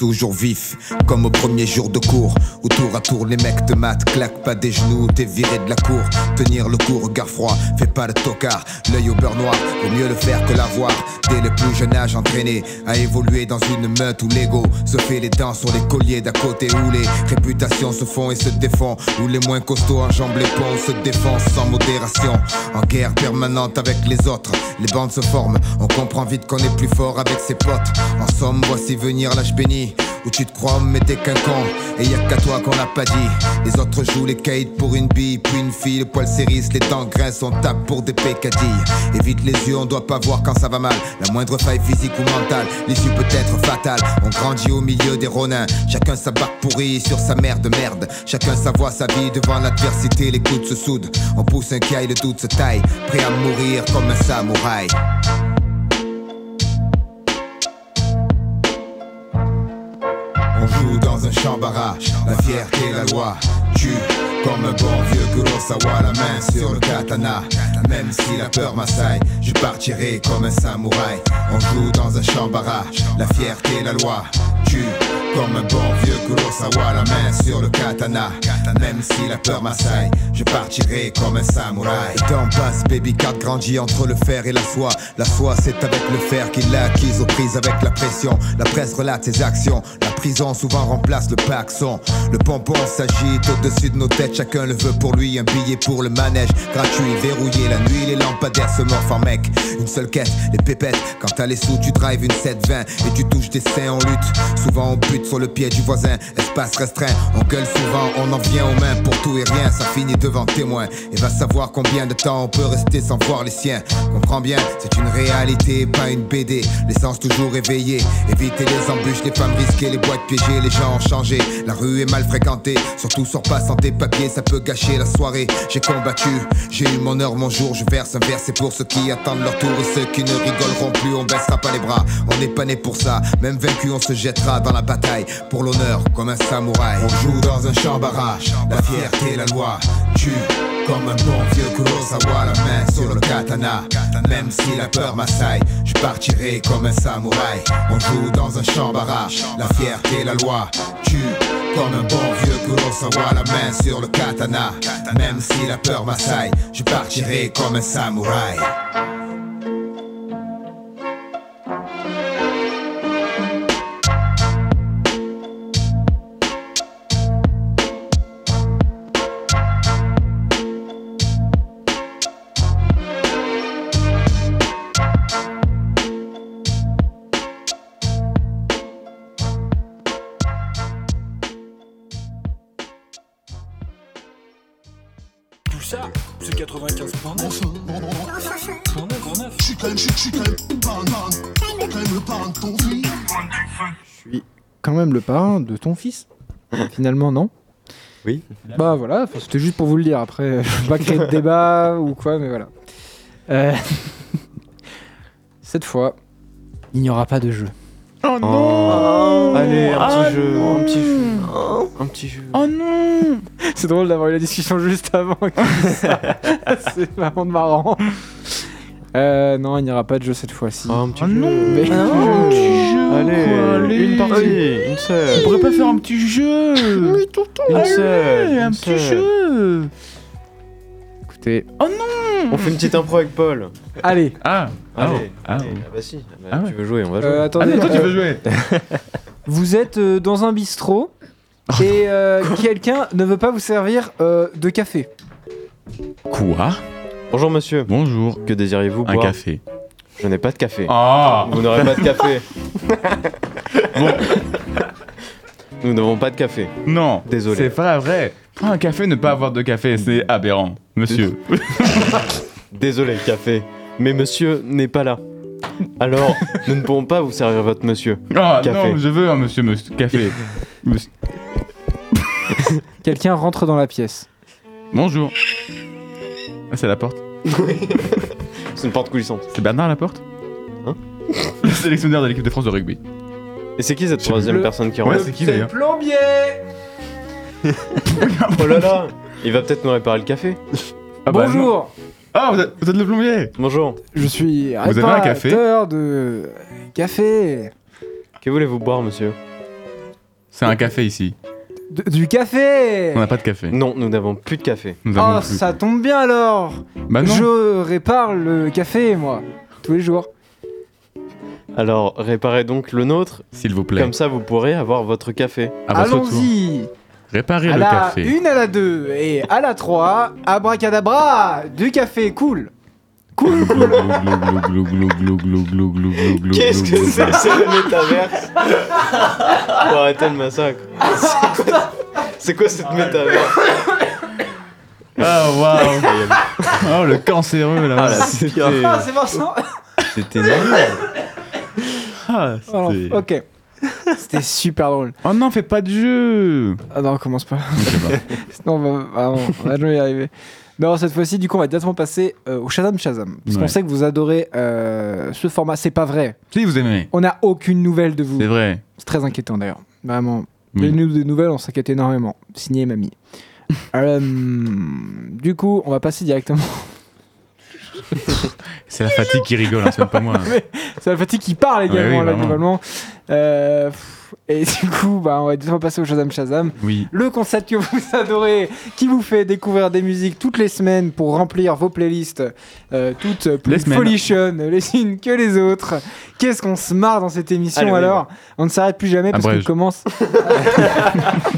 Speaker 12: Toujours vif, comme au premier jour de cours. Où tour à tour, les mecs te matent, claque pas des genoux, t'es viré de la cour. Tenir le coup, regard froid, fais pas le tocard. L'œil au beurre noir, vaut mieux le faire que l'avoir. Dès le plus jeune âge, entraîné à évoluer dans une meute où l'ego se fait les dents sur les colliers d'à côté. Où les réputations se font et se défont. Où les moins costauds enjambent les ponts, se défoncent sans modération. En guerre permanente avec les autres, les bandes se forment. On comprend vite qu'on est plus fort avec ses potes. En somme, voici venir l'âge béni. Où tu te crois, mais t'es qu'un con. Et y a qu'à toi qu'on l'a pas dit. Les autres jouent les kites pour une bille, puis une fille. Le poil s'érisse, les dents grincent, on tape pour des pécadilles. Évite les yeux, on doit pas voir quand ça va mal. La moindre faille physique ou mentale, l'issue peut être fatale. On grandit au milieu des ronins. Chacun sa barque pourrie sur sa mère de merde. Chacun sa voix, sa vie devant l'adversité, les coudes se soudent. On pousse un caille, le doute se taille. Prêt à mourir comme un samouraï. On joue dans un champ barrage, la fierté, la loi. Tue comme un bon vieux Kurosawa, la main sur le katana. Même si la peur m'assaille, je partirai comme un samouraï. On joue dans un champ barrage, la fierté, la loi. Tue comme un bon vieux Kurosawa, la main sur le katana. Même si la peur m'assaille, je partirai comme un samouraï. Le temps passe, baby card grandit entre le fer et la soie. La soie, c'est avec le fer qu'il l'a acquise aux prises avec la pression. La presse relate ses actions. La prison souvent remplace le paxon. Le pompon s'agite au-dessus de nos têtes. Chacun le veut pour lui. Un billet pour le manège. Gratuit, verrouillé. La nuit, les lampadaires se morfent en mec. Une seule quête, les pépettes. Quand t'as les sous, tu drives une 720 et tu touches des seins en lutte. Souvent, on bute sur le pied du voisin. Espace restreint. On gueule souvent, on en vient aux mains pour tout et rien. Ça finit devant témoin. Et va savoir combien de temps on peut rester sans voir les siens. Comprends bien, c'est une réalité, pas une BD. L'essence toujours éveillée. Éviter les embûches, les femmes risquées, les boîtes piégées, les gens ont changé. La rue est mal fréquentée, surtout sur pas sans tes papiers, ça peut gâcher la soirée. J'ai combattu, j'ai eu mon heure, mon jour, je verse un verre. C'est pour ceux qui attendent leur tour et ceux qui ne rigoleront plus, on baissera pas les bras. On n'est pas né pour ça, même vaincu, on se jettera dans la bataille. Pour l'honneur, comme un samouraï. On joue dans un champ barrage, la fierté, la loi. Tue comme un bon vieux Kurosawa, la main sur le katana. Même si la peur m'assaille, je partirai comme un samouraï. On joue dans un champ barrage, la fierté, la loi. Tue comme un bon vieux Kurosawa, la main sur le katana. Même si la peur m'assaille, je partirai comme un samouraï.
Speaker 1: Tout ça, c'est 95 Grand neuf. Grand neuf, grand neuf. Je suis quand même, je suis quand même, parrain, parrain. Quand même le parrain de ton fils.
Speaker 3: Quand même le parrain de ton fils, finalement, non
Speaker 5: Oui.
Speaker 3: Bah voilà, enfin, c'était juste pour vous le dire. Après, <laughs> je veux pas créer de débat ou quoi, mais voilà. Euh, <laughs> Cette fois, il n'y aura pas de jeu.
Speaker 5: Oh
Speaker 4: Oh.
Speaker 3: non
Speaker 5: Allez, un petit
Speaker 3: Ah
Speaker 5: jeu,
Speaker 3: non
Speaker 5: un petit jeu. Un petit jeu.
Speaker 3: Oh non <laughs> C'est drôle d'avoir eu la discussion juste avant. <laughs> qu'il dise ça. C'est vraiment marrant. Euh, non, il n'y aura pas de jeu cette fois-ci.
Speaker 5: Ah, un petit
Speaker 3: jeu. Mais...
Speaker 4: Un petit jeu,
Speaker 5: Allez,
Speaker 4: quoi, allez.
Speaker 5: une partie, une
Speaker 4: On
Speaker 5: seule.
Speaker 4: pourrait pas faire un petit jeu Oui, tonton
Speaker 5: Une
Speaker 4: Allez,
Speaker 5: seule, une
Speaker 4: un petit
Speaker 5: seule.
Speaker 4: jeu
Speaker 3: Écoutez.
Speaker 4: Oh non
Speaker 5: On fait une petite impro avec Paul.
Speaker 3: Allez.
Speaker 4: Ah,
Speaker 5: Allez.
Speaker 4: ah,
Speaker 5: Allez,
Speaker 4: oh.
Speaker 5: ah bah si, ah bah
Speaker 4: Ah ouais.
Speaker 5: tu veux jouer, on va jouer.
Speaker 3: Euh, attendez,
Speaker 4: Ah non, toi, tu
Speaker 3: euh,
Speaker 4: veux jouer
Speaker 3: Vous êtes euh, dans un bistrot et euh, quelqu'un ne veut pas vous servir euh, de café.
Speaker 5: Quoi Bonjour monsieur. Bonjour. Que désiriez-vous
Speaker 4: Un
Speaker 5: boire
Speaker 4: café.
Speaker 5: Je n'ai pas de café.
Speaker 4: Ah
Speaker 5: Vous n'aurez pas de
Speaker 4: <laughs>
Speaker 5: café. <laughs> Nous n'avons pas de café.
Speaker 4: Non,
Speaker 5: Désolé.
Speaker 4: C'est pas vrai. Prends un café, ne pas avoir de café, c'est aberrant, monsieur.
Speaker 5: Désolé, café. Mais monsieur n'est pas là. Alors, nous ne pouvons pas vous servir votre monsieur.
Speaker 4: Ah
Speaker 5: Café.
Speaker 4: non, je veux un monsieur, monsieur <laughs> café. Monsieur-
Speaker 3: Quelqu'un rentre dans la pièce.
Speaker 4: Bonjour. Ah, c'est la porte.
Speaker 5: c'est une porte coulissante.
Speaker 4: C'est Bernard la porte
Speaker 5: Hein
Speaker 4: Le sélectionneur de l'équipe de France de rugby.
Speaker 5: Et c'est qui cette troisième personne qui rentre
Speaker 4: Ouais, c'est qui d'ailleurs
Speaker 3: Plombier
Speaker 5: Oh là là Il va peut-être nous réparer le café.
Speaker 4: Ah bah Bonjour. Ah, vous êtes, vous êtes le plombier
Speaker 5: Bonjour.
Speaker 3: Je suis
Speaker 5: Vous avez un café
Speaker 3: réparateur de café.
Speaker 5: Que voulez-vous boire, monsieur
Speaker 4: C'est un café ici.
Speaker 3: D- du café
Speaker 4: On n'a pas de café.
Speaker 5: Non, nous n'avons plus de café.
Speaker 4: Nous avons
Speaker 3: Oh,
Speaker 4: plus-
Speaker 3: ça tombe bien alors
Speaker 4: Bah non.
Speaker 3: Je répare le café, moi, tous les jours.
Speaker 5: Alors, réparez donc le nôtre.
Speaker 4: S'il vous plaît.
Speaker 5: Comme ça, vous pourrez avoir votre café.
Speaker 4: Ah bah,
Speaker 3: Allons-y
Speaker 4: Réparez
Speaker 3: À la une, à la deux et à la trois, abracadabra Du café, cool Cool, cool
Speaker 5: Qu'est-ce que c'est C'est le métaverse Faut arrêter le massacre. C'est quoi- C'est quoi cette métaverse
Speaker 4: Ah waouh Oh le cancéreux là.
Speaker 5: Ah, là, c'était- Ah,
Speaker 3: c'est <laughs> Vincent
Speaker 5: C'était nul.
Speaker 4: Ah,
Speaker 3: Alors,
Speaker 4: c'était-
Speaker 3: Ok. C'était super drôle.
Speaker 4: Oh non, fais pas de jeu
Speaker 3: Ah non, commence pas. <laughs> Sinon, on va, ah non, on va jamais y arriver. Non, cette fois-ci, du coup, on va directement passer euh, au Shazam Shazam. Parce qu'on
Speaker 4: Ouais.
Speaker 3: sait que vous adorez euh, ce format. C'est pas vrai.
Speaker 4: Si vous aimez.
Speaker 3: On n'a aucune nouvelle de vous.
Speaker 4: C'est vrai.
Speaker 3: C'est très inquiétant d'ailleurs. Vraiment.
Speaker 4: Oui.
Speaker 3: Les news des nouvelles, on s'inquiète énormément.
Speaker 4: <laughs>
Speaker 3: Signé Mamie. Euh, du coup, on va passer directement. <laughs>
Speaker 4: C'est la fatigue qui rigole, hein, c'est même pas moi.
Speaker 3: Mais C'est la fatigue qui parle également,
Speaker 4: Ouais, Ah oui,
Speaker 3: là,
Speaker 4: vraiment.
Speaker 3: globalement. Euh, pff, et <laughs> du coup, bah, on va directement passer au Shazam Shazam.
Speaker 4: Oui.
Speaker 3: Le concept que vous <laughs> adorez, qui vous fait découvrir des musiques toutes les semaines pour remplir vos playlists, euh, toutes euh, plus
Speaker 4: Les semaines.
Speaker 3: folichonnes les unes que les autres. Qu'est-ce qu'on se marre dans cette émission
Speaker 7: Allez, on y
Speaker 3: alors On ne s'arrête plus jamais parce qu'on
Speaker 7: Abrège.
Speaker 3: commence.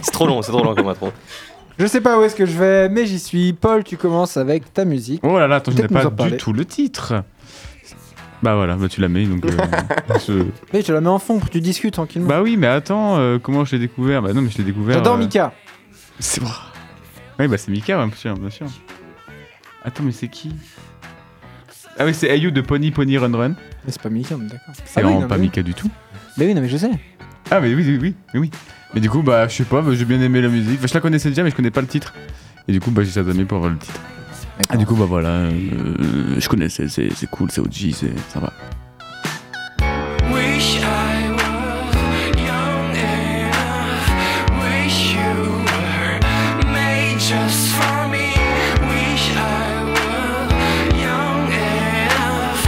Speaker 7: C'est trop long, c'est trop long comme intro.
Speaker 3: Je sais pas où est-ce que je vais, mais j'y suis. Paul, tu commences avec ta musique.
Speaker 4: Oh là là, attends, je n'ai
Speaker 3: Peut-être nous
Speaker 4: pas
Speaker 3: en parler.
Speaker 4: du tout le titre. Bah voilà, bah tu la mets donc.
Speaker 3: <laughs>
Speaker 4: euh, je-
Speaker 3: Mais je la mets en fond pour que tu discutes tranquillement.
Speaker 4: Bah oui, mais attends, euh, comment je l'ai découvert Bah non, mais je l'ai découvert.
Speaker 3: J'adore
Speaker 4: euh,
Speaker 3: Mika.
Speaker 4: C'est vrai. Oui, bah c'est Mika, ouais, bien sûr, bien sûr. Attends, mais c'est qui Ah oui, c'est Ayu de Pony Pony Run Run.
Speaker 3: Mais c'est pas Mika, mais d'accord.
Speaker 4: C'est
Speaker 3: Ah oui,
Speaker 4: vraiment
Speaker 3: non,
Speaker 4: pas
Speaker 3: mais oui.
Speaker 4: Mika du tout.
Speaker 3: Mais oui, non, mais je sais.
Speaker 4: Ah mais oui, oui, oui, oui, oui. Mais du coup, bah je sais pas, bah, j'ai bien aimé la musique. Enfin, je la connaissais déjà, mais je connais pas le titre. Et du coup, bah j'ai Shazamé pour avoir le titre. Et du coup, bah voilà, euh, je connais, c'est c'est- c'est cool, c'est OG, c'est sympa.
Speaker 1: Wish I was young enough. Wish you were made just for me. Wish I was young enough.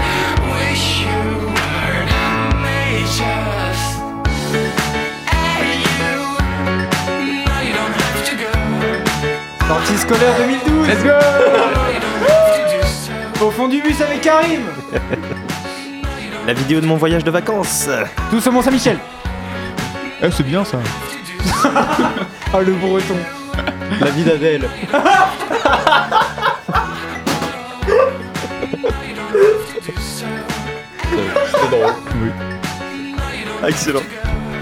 Speaker 1: Wish you were made just. Hey, you. Now you don't have to go.
Speaker 3: Sortie scolaire 2012. Let's go Au fond du bus avec Karim.
Speaker 7: La vidéo de mon voyage de vacances.
Speaker 3: Nous sommes en Saint-Michel.
Speaker 4: Eh, c'est bien ça.
Speaker 3: Ah, le breton.
Speaker 5: La vie d'Adèle. C'était drôle.
Speaker 7: Excellent.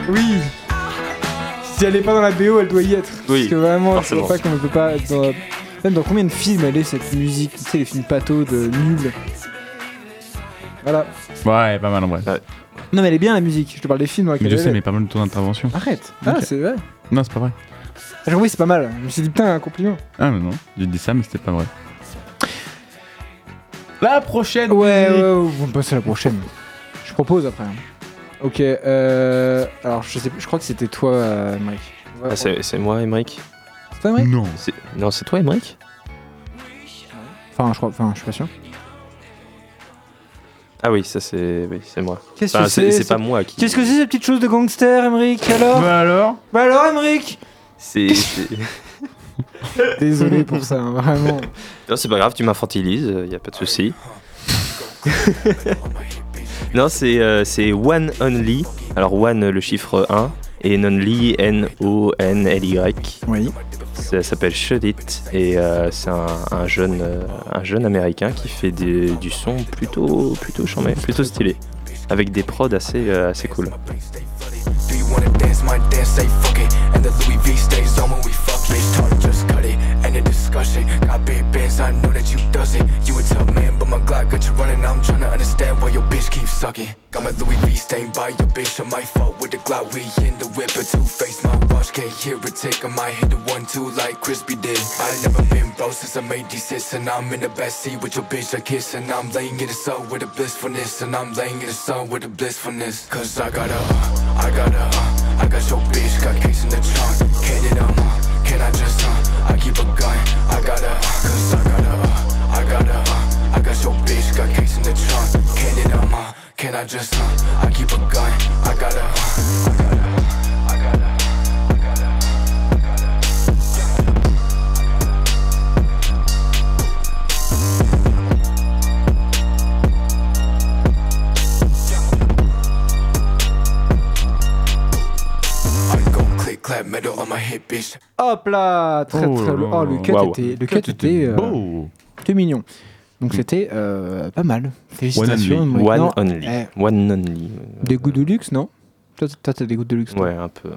Speaker 3: Oui. Si elle est pas dans la BO, elle doit y être.
Speaker 7: Oui,
Speaker 3: Parce que vraiment,
Speaker 7: forcément.
Speaker 3: je sais pas qu'on ne peut pas être dans. Même dans combien de films elle est cette musique Tu sais, les films pato de nul. Voilà.
Speaker 4: Ouais, pas mal en vrai.
Speaker 3: Non, mais elle est bien la musique. Je te parle des films. moi,
Speaker 4: Mais
Speaker 3: qu'elle
Speaker 4: je
Speaker 3: est
Speaker 4: sais,
Speaker 3: belle.
Speaker 4: mais pas mal de ton intervention.
Speaker 3: Arrête. Ah,
Speaker 4: Ok.
Speaker 3: c'est vrai.
Speaker 4: Non, c'est pas vrai.
Speaker 3: J'ai compris, c'est pas mal. Je me suis dit, putain, un compliment.
Speaker 4: Ah mais non, j'ai dit ça, mais c'était pas vrai. La prochaine
Speaker 3: Ouais, ouais, ouais, on passe à la prochaine. Je propose après. hein. Ok, euh. Alors, je sais je crois que c'était toi, euh, Mike. Ouais,
Speaker 7: Ah, c'est c'est moi, Emmerich
Speaker 3: C'est toi, Mike
Speaker 4: Non.
Speaker 7: Non, c'est toi, Emmerich
Speaker 3: Enfin, je crois, enfin, je suis pas sûr.
Speaker 7: Ah oui, ça c'est oui, c'est moi.
Speaker 3: Qu'est-ce
Speaker 7: Enfin,
Speaker 3: que c'est
Speaker 7: C'est pas
Speaker 3: ce-
Speaker 7: moi qui.
Speaker 3: Qu'est-ce que c'est ces petites choses de gangster, Emmerich Alors
Speaker 4: Bah alors
Speaker 3: Bah alors, Emmerich
Speaker 7: C'est. c'est-
Speaker 3: Désolé pour ça, hein, vraiment.
Speaker 7: Non, c'est pas grave, tu m'infantilises, il a pas de souci. <laughs> non, c'est euh, c'est One Only. Alors, One, le chiffre 1, et Nonly, N-O-N-L-Y. Ça s'appelle Shut It et euh, c'est un, un jeune, euh, un jeune américain qui fait des- du son plutôt, plutôt charmé, plutôt stylé, avec des prods assez, euh, assez cool.
Speaker 1: Do you wanna dance? My dance, say fuck it. And the Louis V stays on when we fuck it. Talk, just cut it. End the discussion. Got big bands, I know that you does it. You a tough man, but my Glock got you running. I'm trying to understand why your bitch keeps sucking. Got my Louis V stain by your bitch. I might fuck with the Glock. We in the whip, a two face. My watch can't hear a tick. I might hit the one two like Crispy did. I never been bro since I made these hits, and I'm in the best seat with your bitch. I kiss, and I'm laying in the sun with a blissfulness, and I'm laying in the sun with a blissfulness. Cause I got a. I got a, uh, I got your bitch, got case in the trunk. Can it, um, uh, can I just, uh, I keep a gun. I got a, uh, cause I got a, uh, I got a, uh, I got your bitch, got case in the trunk. Can it, um, uh, can I just, uh, I keep a gun. I got a, uh, I got a, uh, I got a. I go click, clap, metal on my hip, bitch.
Speaker 3: Hop là Très
Speaker 1: Oh
Speaker 3: très
Speaker 1: là
Speaker 3: lourd.
Speaker 1: là.
Speaker 3: Oh, le cut
Speaker 1: Waouh.
Speaker 3: était, le
Speaker 1: Le
Speaker 3: cut
Speaker 1: cut
Speaker 3: était,
Speaker 1: était
Speaker 3: euh,
Speaker 1: beau.
Speaker 3: était mignon. Donc c'était euh, pas mal. Félicitations.
Speaker 7: One only.
Speaker 3: moi- non,
Speaker 7: One only.
Speaker 3: eh,
Speaker 7: One only.
Speaker 3: des goûts de luxe, non Toi, t- toi, t'as des goûts de luxe. toi
Speaker 7: Ouais, un peu.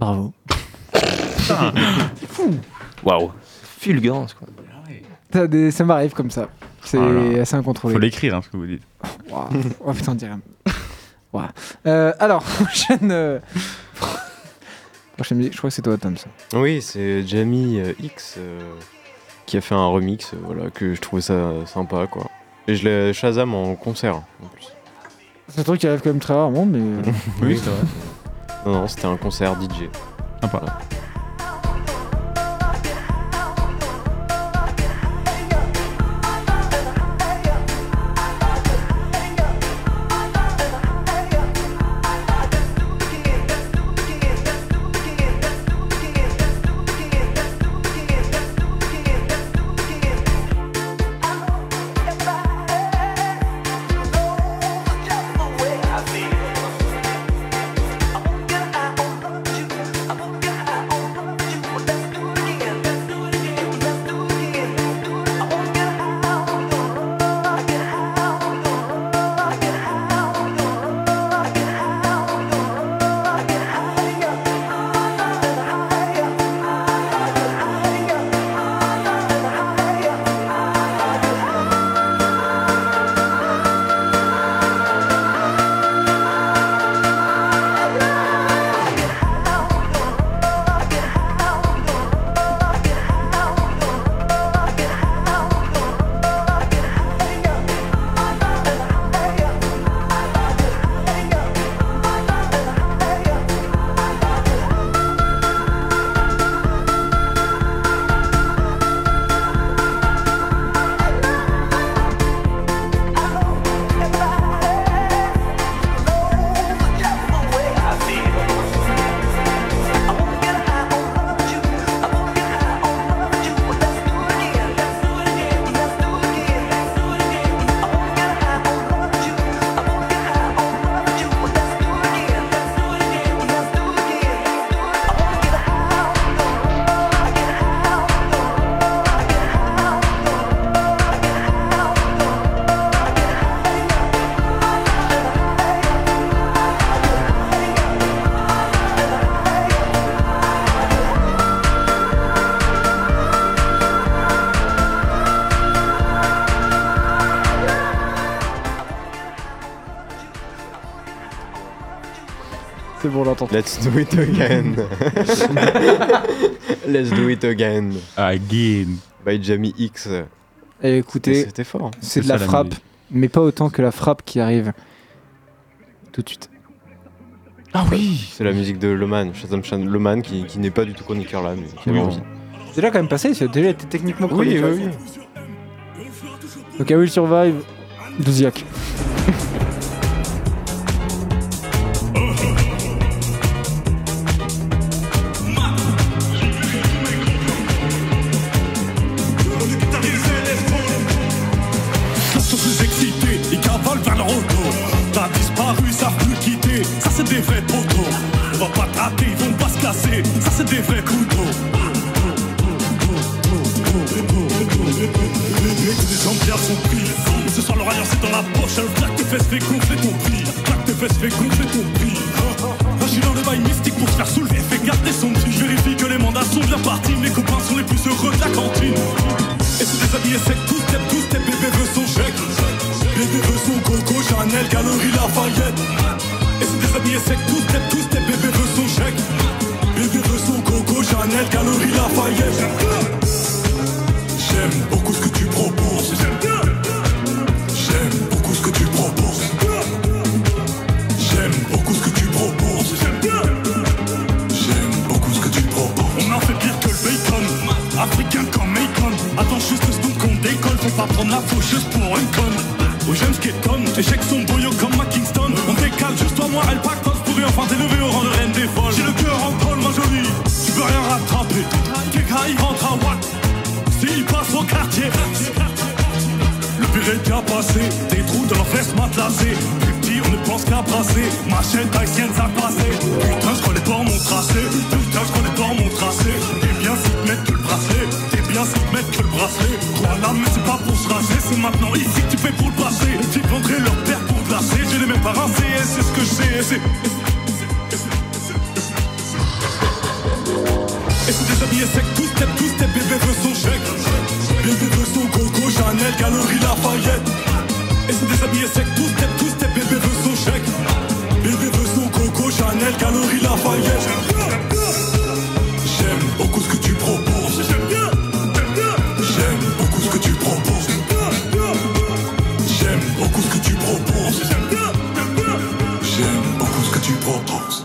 Speaker 3: Bravo.
Speaker 7: Waouh. Fulgurance, quoi.
Speaker 3: T'as des- Ça m'arrive comme ça. C'est
Speaker 4: Oh là.
Speaker 3: assez incontrôlé.
Speaker 4: Faut l'écrire, hein, ce que vous dites.
Speaker 3: Waouh. Oh putain, on dirait. Waouh. Euh, alors, <laughs> prochaine. euh, prochaine musique, je crois que c'est toi, Tom. ça.
Speaker 5: Oui, c'est Jamie euh, X euh, qui a fait un remix, euh, voilà, que je trouvais ça sympa, quoi. Et je l'ai Shazam en concert.
Speaker 3: C'est un truc qui arrive quand même très rarement, mais. euh,
Speaker 4: <laughs>
Speaker 5: Oui, c'est vrai. Non, non, c'était un concert DJ.
Speaker 4: Sympa.
Speaker 3: C'est bon, on l'entend.
Speaker 5: Let's do it
Speaker 3: <laughs>
Speaker 5: again. Let's do it again.
Speaker 4: Again.
Speaker 5: By Jamie X.
Speaker 3: Et écoutez,
Speaker 5: C'était fort. hein.
Speaker 3: C'est de la frappe, mais pas autant que la frappe qui arrive tout de suite.
Speaker 5: Ah oui C'est la musique de Loman, Shazam Shan- Loman, qui, qui n'est pas du tout chroniqueur là, mais qui avait
Speaker 3: Oui.
Speaker 5: envie.
Speaker 3: Déjà quand même passé, il a déjà été techniquement
Speaker 5: Oui,
Speaker 3: produit.
Speaker 5: oui, oui.
Speaker 3: Donc I Will Survive, de Ziak.
Speaker 1: Ils sont plus excités, ils cavalent vers leur auto. T'as disparu, savent plus quitter, ça c'est des vrais potos. On va pas
Speaker 11: prochain Claque tes fesses, fais gonfler ton prix Claque tes fesses, fais gonfler ton prix Moi je suis dans le bail mystique pour te faire soulever Fais garder son prix Je vérifie que les mandats sont bien partis Mes copains sont les plus heureux de la cantine Et c'est des habillés secs, tous step, tous step Les bébés sont chèques Les bébés sont Coco, Chanel, Galerie Lafayette Et c'est des habillés secs, tous step, tous step Les bébés sont chèques Les bébés sont Coco, Chanel, Galerie Lafayette J'aime beaucoup ce que tu proposes J'aime beaucoup ce que tu proposes. J'aime beaucoup ce que tu proposes. J'aime beaucoup ce que tu proposes. On en fait pire que le bacon. Africain comme Macon. Attends juste ce qu'on qu'on décolle. Faut pas prendre la fauche juste pour une conne. Oh, j'aime ce qui est conne. Échec son boyau comme à Kingston. On décale juste toi, moi, elle pack Pour pourrait enfin t'élever au rang de reine des folles. J'ai le cœur en colle, ma jolie. Tu peux rien rattraper. Tes gars, ils rentrent à Watt. S'ils passent au quartier. Le pire est déjà passé, des trous dans leurs fesses matelassées. Plus petit, on ne pense qu'à brasser. Ma chaîne haïtienne, ça passait. Putain, je connais pas mon tracé. Putain, je connais pas mon tracé. T'es bien si te mettre que le bracelet. T'es bien si te mettre que le bracelet. Toi là, mais c'est pas pour se raser. C'est maintenant ici que tu fais pour le passer. Ils vendraient leur père pour glacer. J'ai les mêmes parents, c'est c'est ce que je sais. et c'est- Et c'est des habillés secs, tous step, tous step, bébé veut son chèque. Bébé veut son coco, Chanel, Galerie Lafayette. Et c'est des habillés secs, tous step, tous step, bébé veut son chèque. Bébé veut son coco, Chanel, Galerie Lafayette. J'aime beaucoup ce que tu proposes. J'aime beaucoup ce que tu proposes. J'aime beaucoup ce que tu proposes. J'aime beaucoup ce que tu proposes.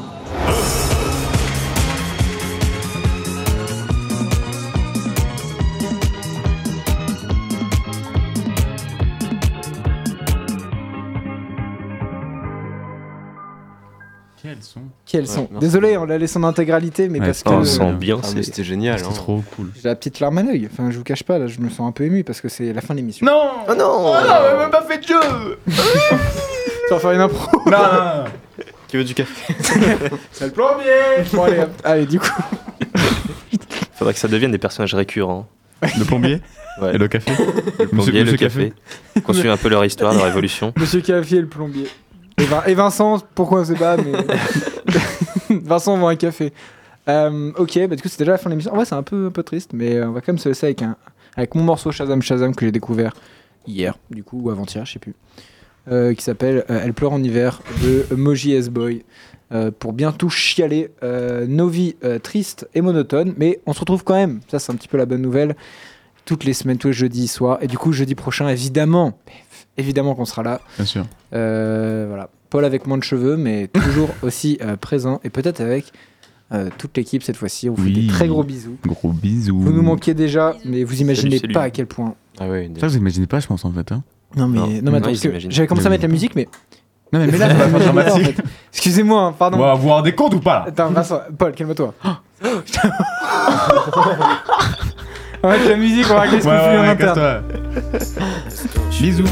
Speaker 4: Quels sont
Speaker 7: Ah
Speaker 3: Quels sont Désolé, on l'a laissé en intégralité, mais
Speaker 4: Ouais,
Speaker 3: parce que.
Speaker 4: oh, c'est ambiance,
Speaker 3: Ah,
Speaker 4: c'est-
Speaker 3: mais
Speaker 5: C'était génial.
Speaker 4: C'était hein. trop cool.
Speaker 3: J'ai la petite larme à l'œil. Enfin, je vous cache pas, là, je me sens un peu ému parce que c'est la fin de l'émission.
Speaker 4: Non
Speaker 5: Oh non
Speaker 4: on même pas fait de jeu
Speaker 3: Ça va faire une impro.
Speaker 4: Non
Speaker 5: Qui veut du café
Speaker 4: C'est le plombier
Speaker 3: <laughs> Bon, allez, hop. allez, du coup.
Speaker 7: Faudrait que ça devienne des personnages récurrents.
Speaker 4: Le plombier
Speaker 7: <laughs> Ouais.
Speaker 4: Et le café
Speaker 7: Le plombier,
Speaker 4: Monsieur-
Speaker 7: le
Speaker 4: Monsieur
Speaker 7: café. Qu'on suive un peu leur histoire, leur évolution.
Speaker 3: Monsieur Café et le plombier. Et, Vin- et Vincent, pourquoi on sait pas, mais. <laughs> Vincent vend un café. Euh, ok, bah du coup, c'est déjà la fin de l'émission. En vrai, c'est un peu, un peu triste, mais euh, on va quand même se laisser avec, un, avec mon morceau Shazam Shazam que j'ai découvert hier, du coup, ou avant-hier, je sais plus. euh, qui s'appelle euh, Elle pleure en hiver de Moji S-Boy. euh, pour bientôt chialer euh, nos vies euh, tristes et monotones, mais on se retrouve quand même. Ça, c'est un petit peu la bonne nouvelle. Toutes les semaines, tous les jeudis soirs. Et du coup, jeudi prochain, évidemment, évidemment qu'on sera là.
Speaker 4: Bien sûr.
Speaker 3: Euh, voilà. Paul avec moins de cheveux, <laughs> mais toujours aussi euh, présent et peut-être avec euh, toute l'équipe cette fois-ci. On vous fait
Speaker 4: Oui.
Speaker 3: des très gros bisous.
Speaker 4: Gros bisous.
Speaker 3: Vous nous manquez déjà, mais vous imaginez
Speaker 4: Salut, salut.
Speaker 3: pas à quel point.
Speaker 5: Ah ouais, une-
Speaker 4: Ça, vous imaginez pas, je pense, en fait. hein.
Speaker 3: Non, mais, non, mais attends, parce que j'avais commencé à mettre la musique, mais.
Speaker 4: Non, <laughs> mais, mais là,
Speaker 3: Mais
Speaker 4: ça va
Speaker 3: non,
Speaker 4: faire dramatique.
Speaker 3: en fait. Excusez-moi, hein, pardon.
Speaker 4: On va avoir des comptes ou pas
Speaker 3: Attends, Vincent, Paul, <laughs> calme-toi. On va mettre la musique, on va régler ce
Speaker 4: Ouais,
Speaker 3: conflit
Speaker 4: ouais,
Speaker 3: en
Speaker 4: ouais,
Speaker 3: interne.
Speaker 4: casse-toi. Bisous.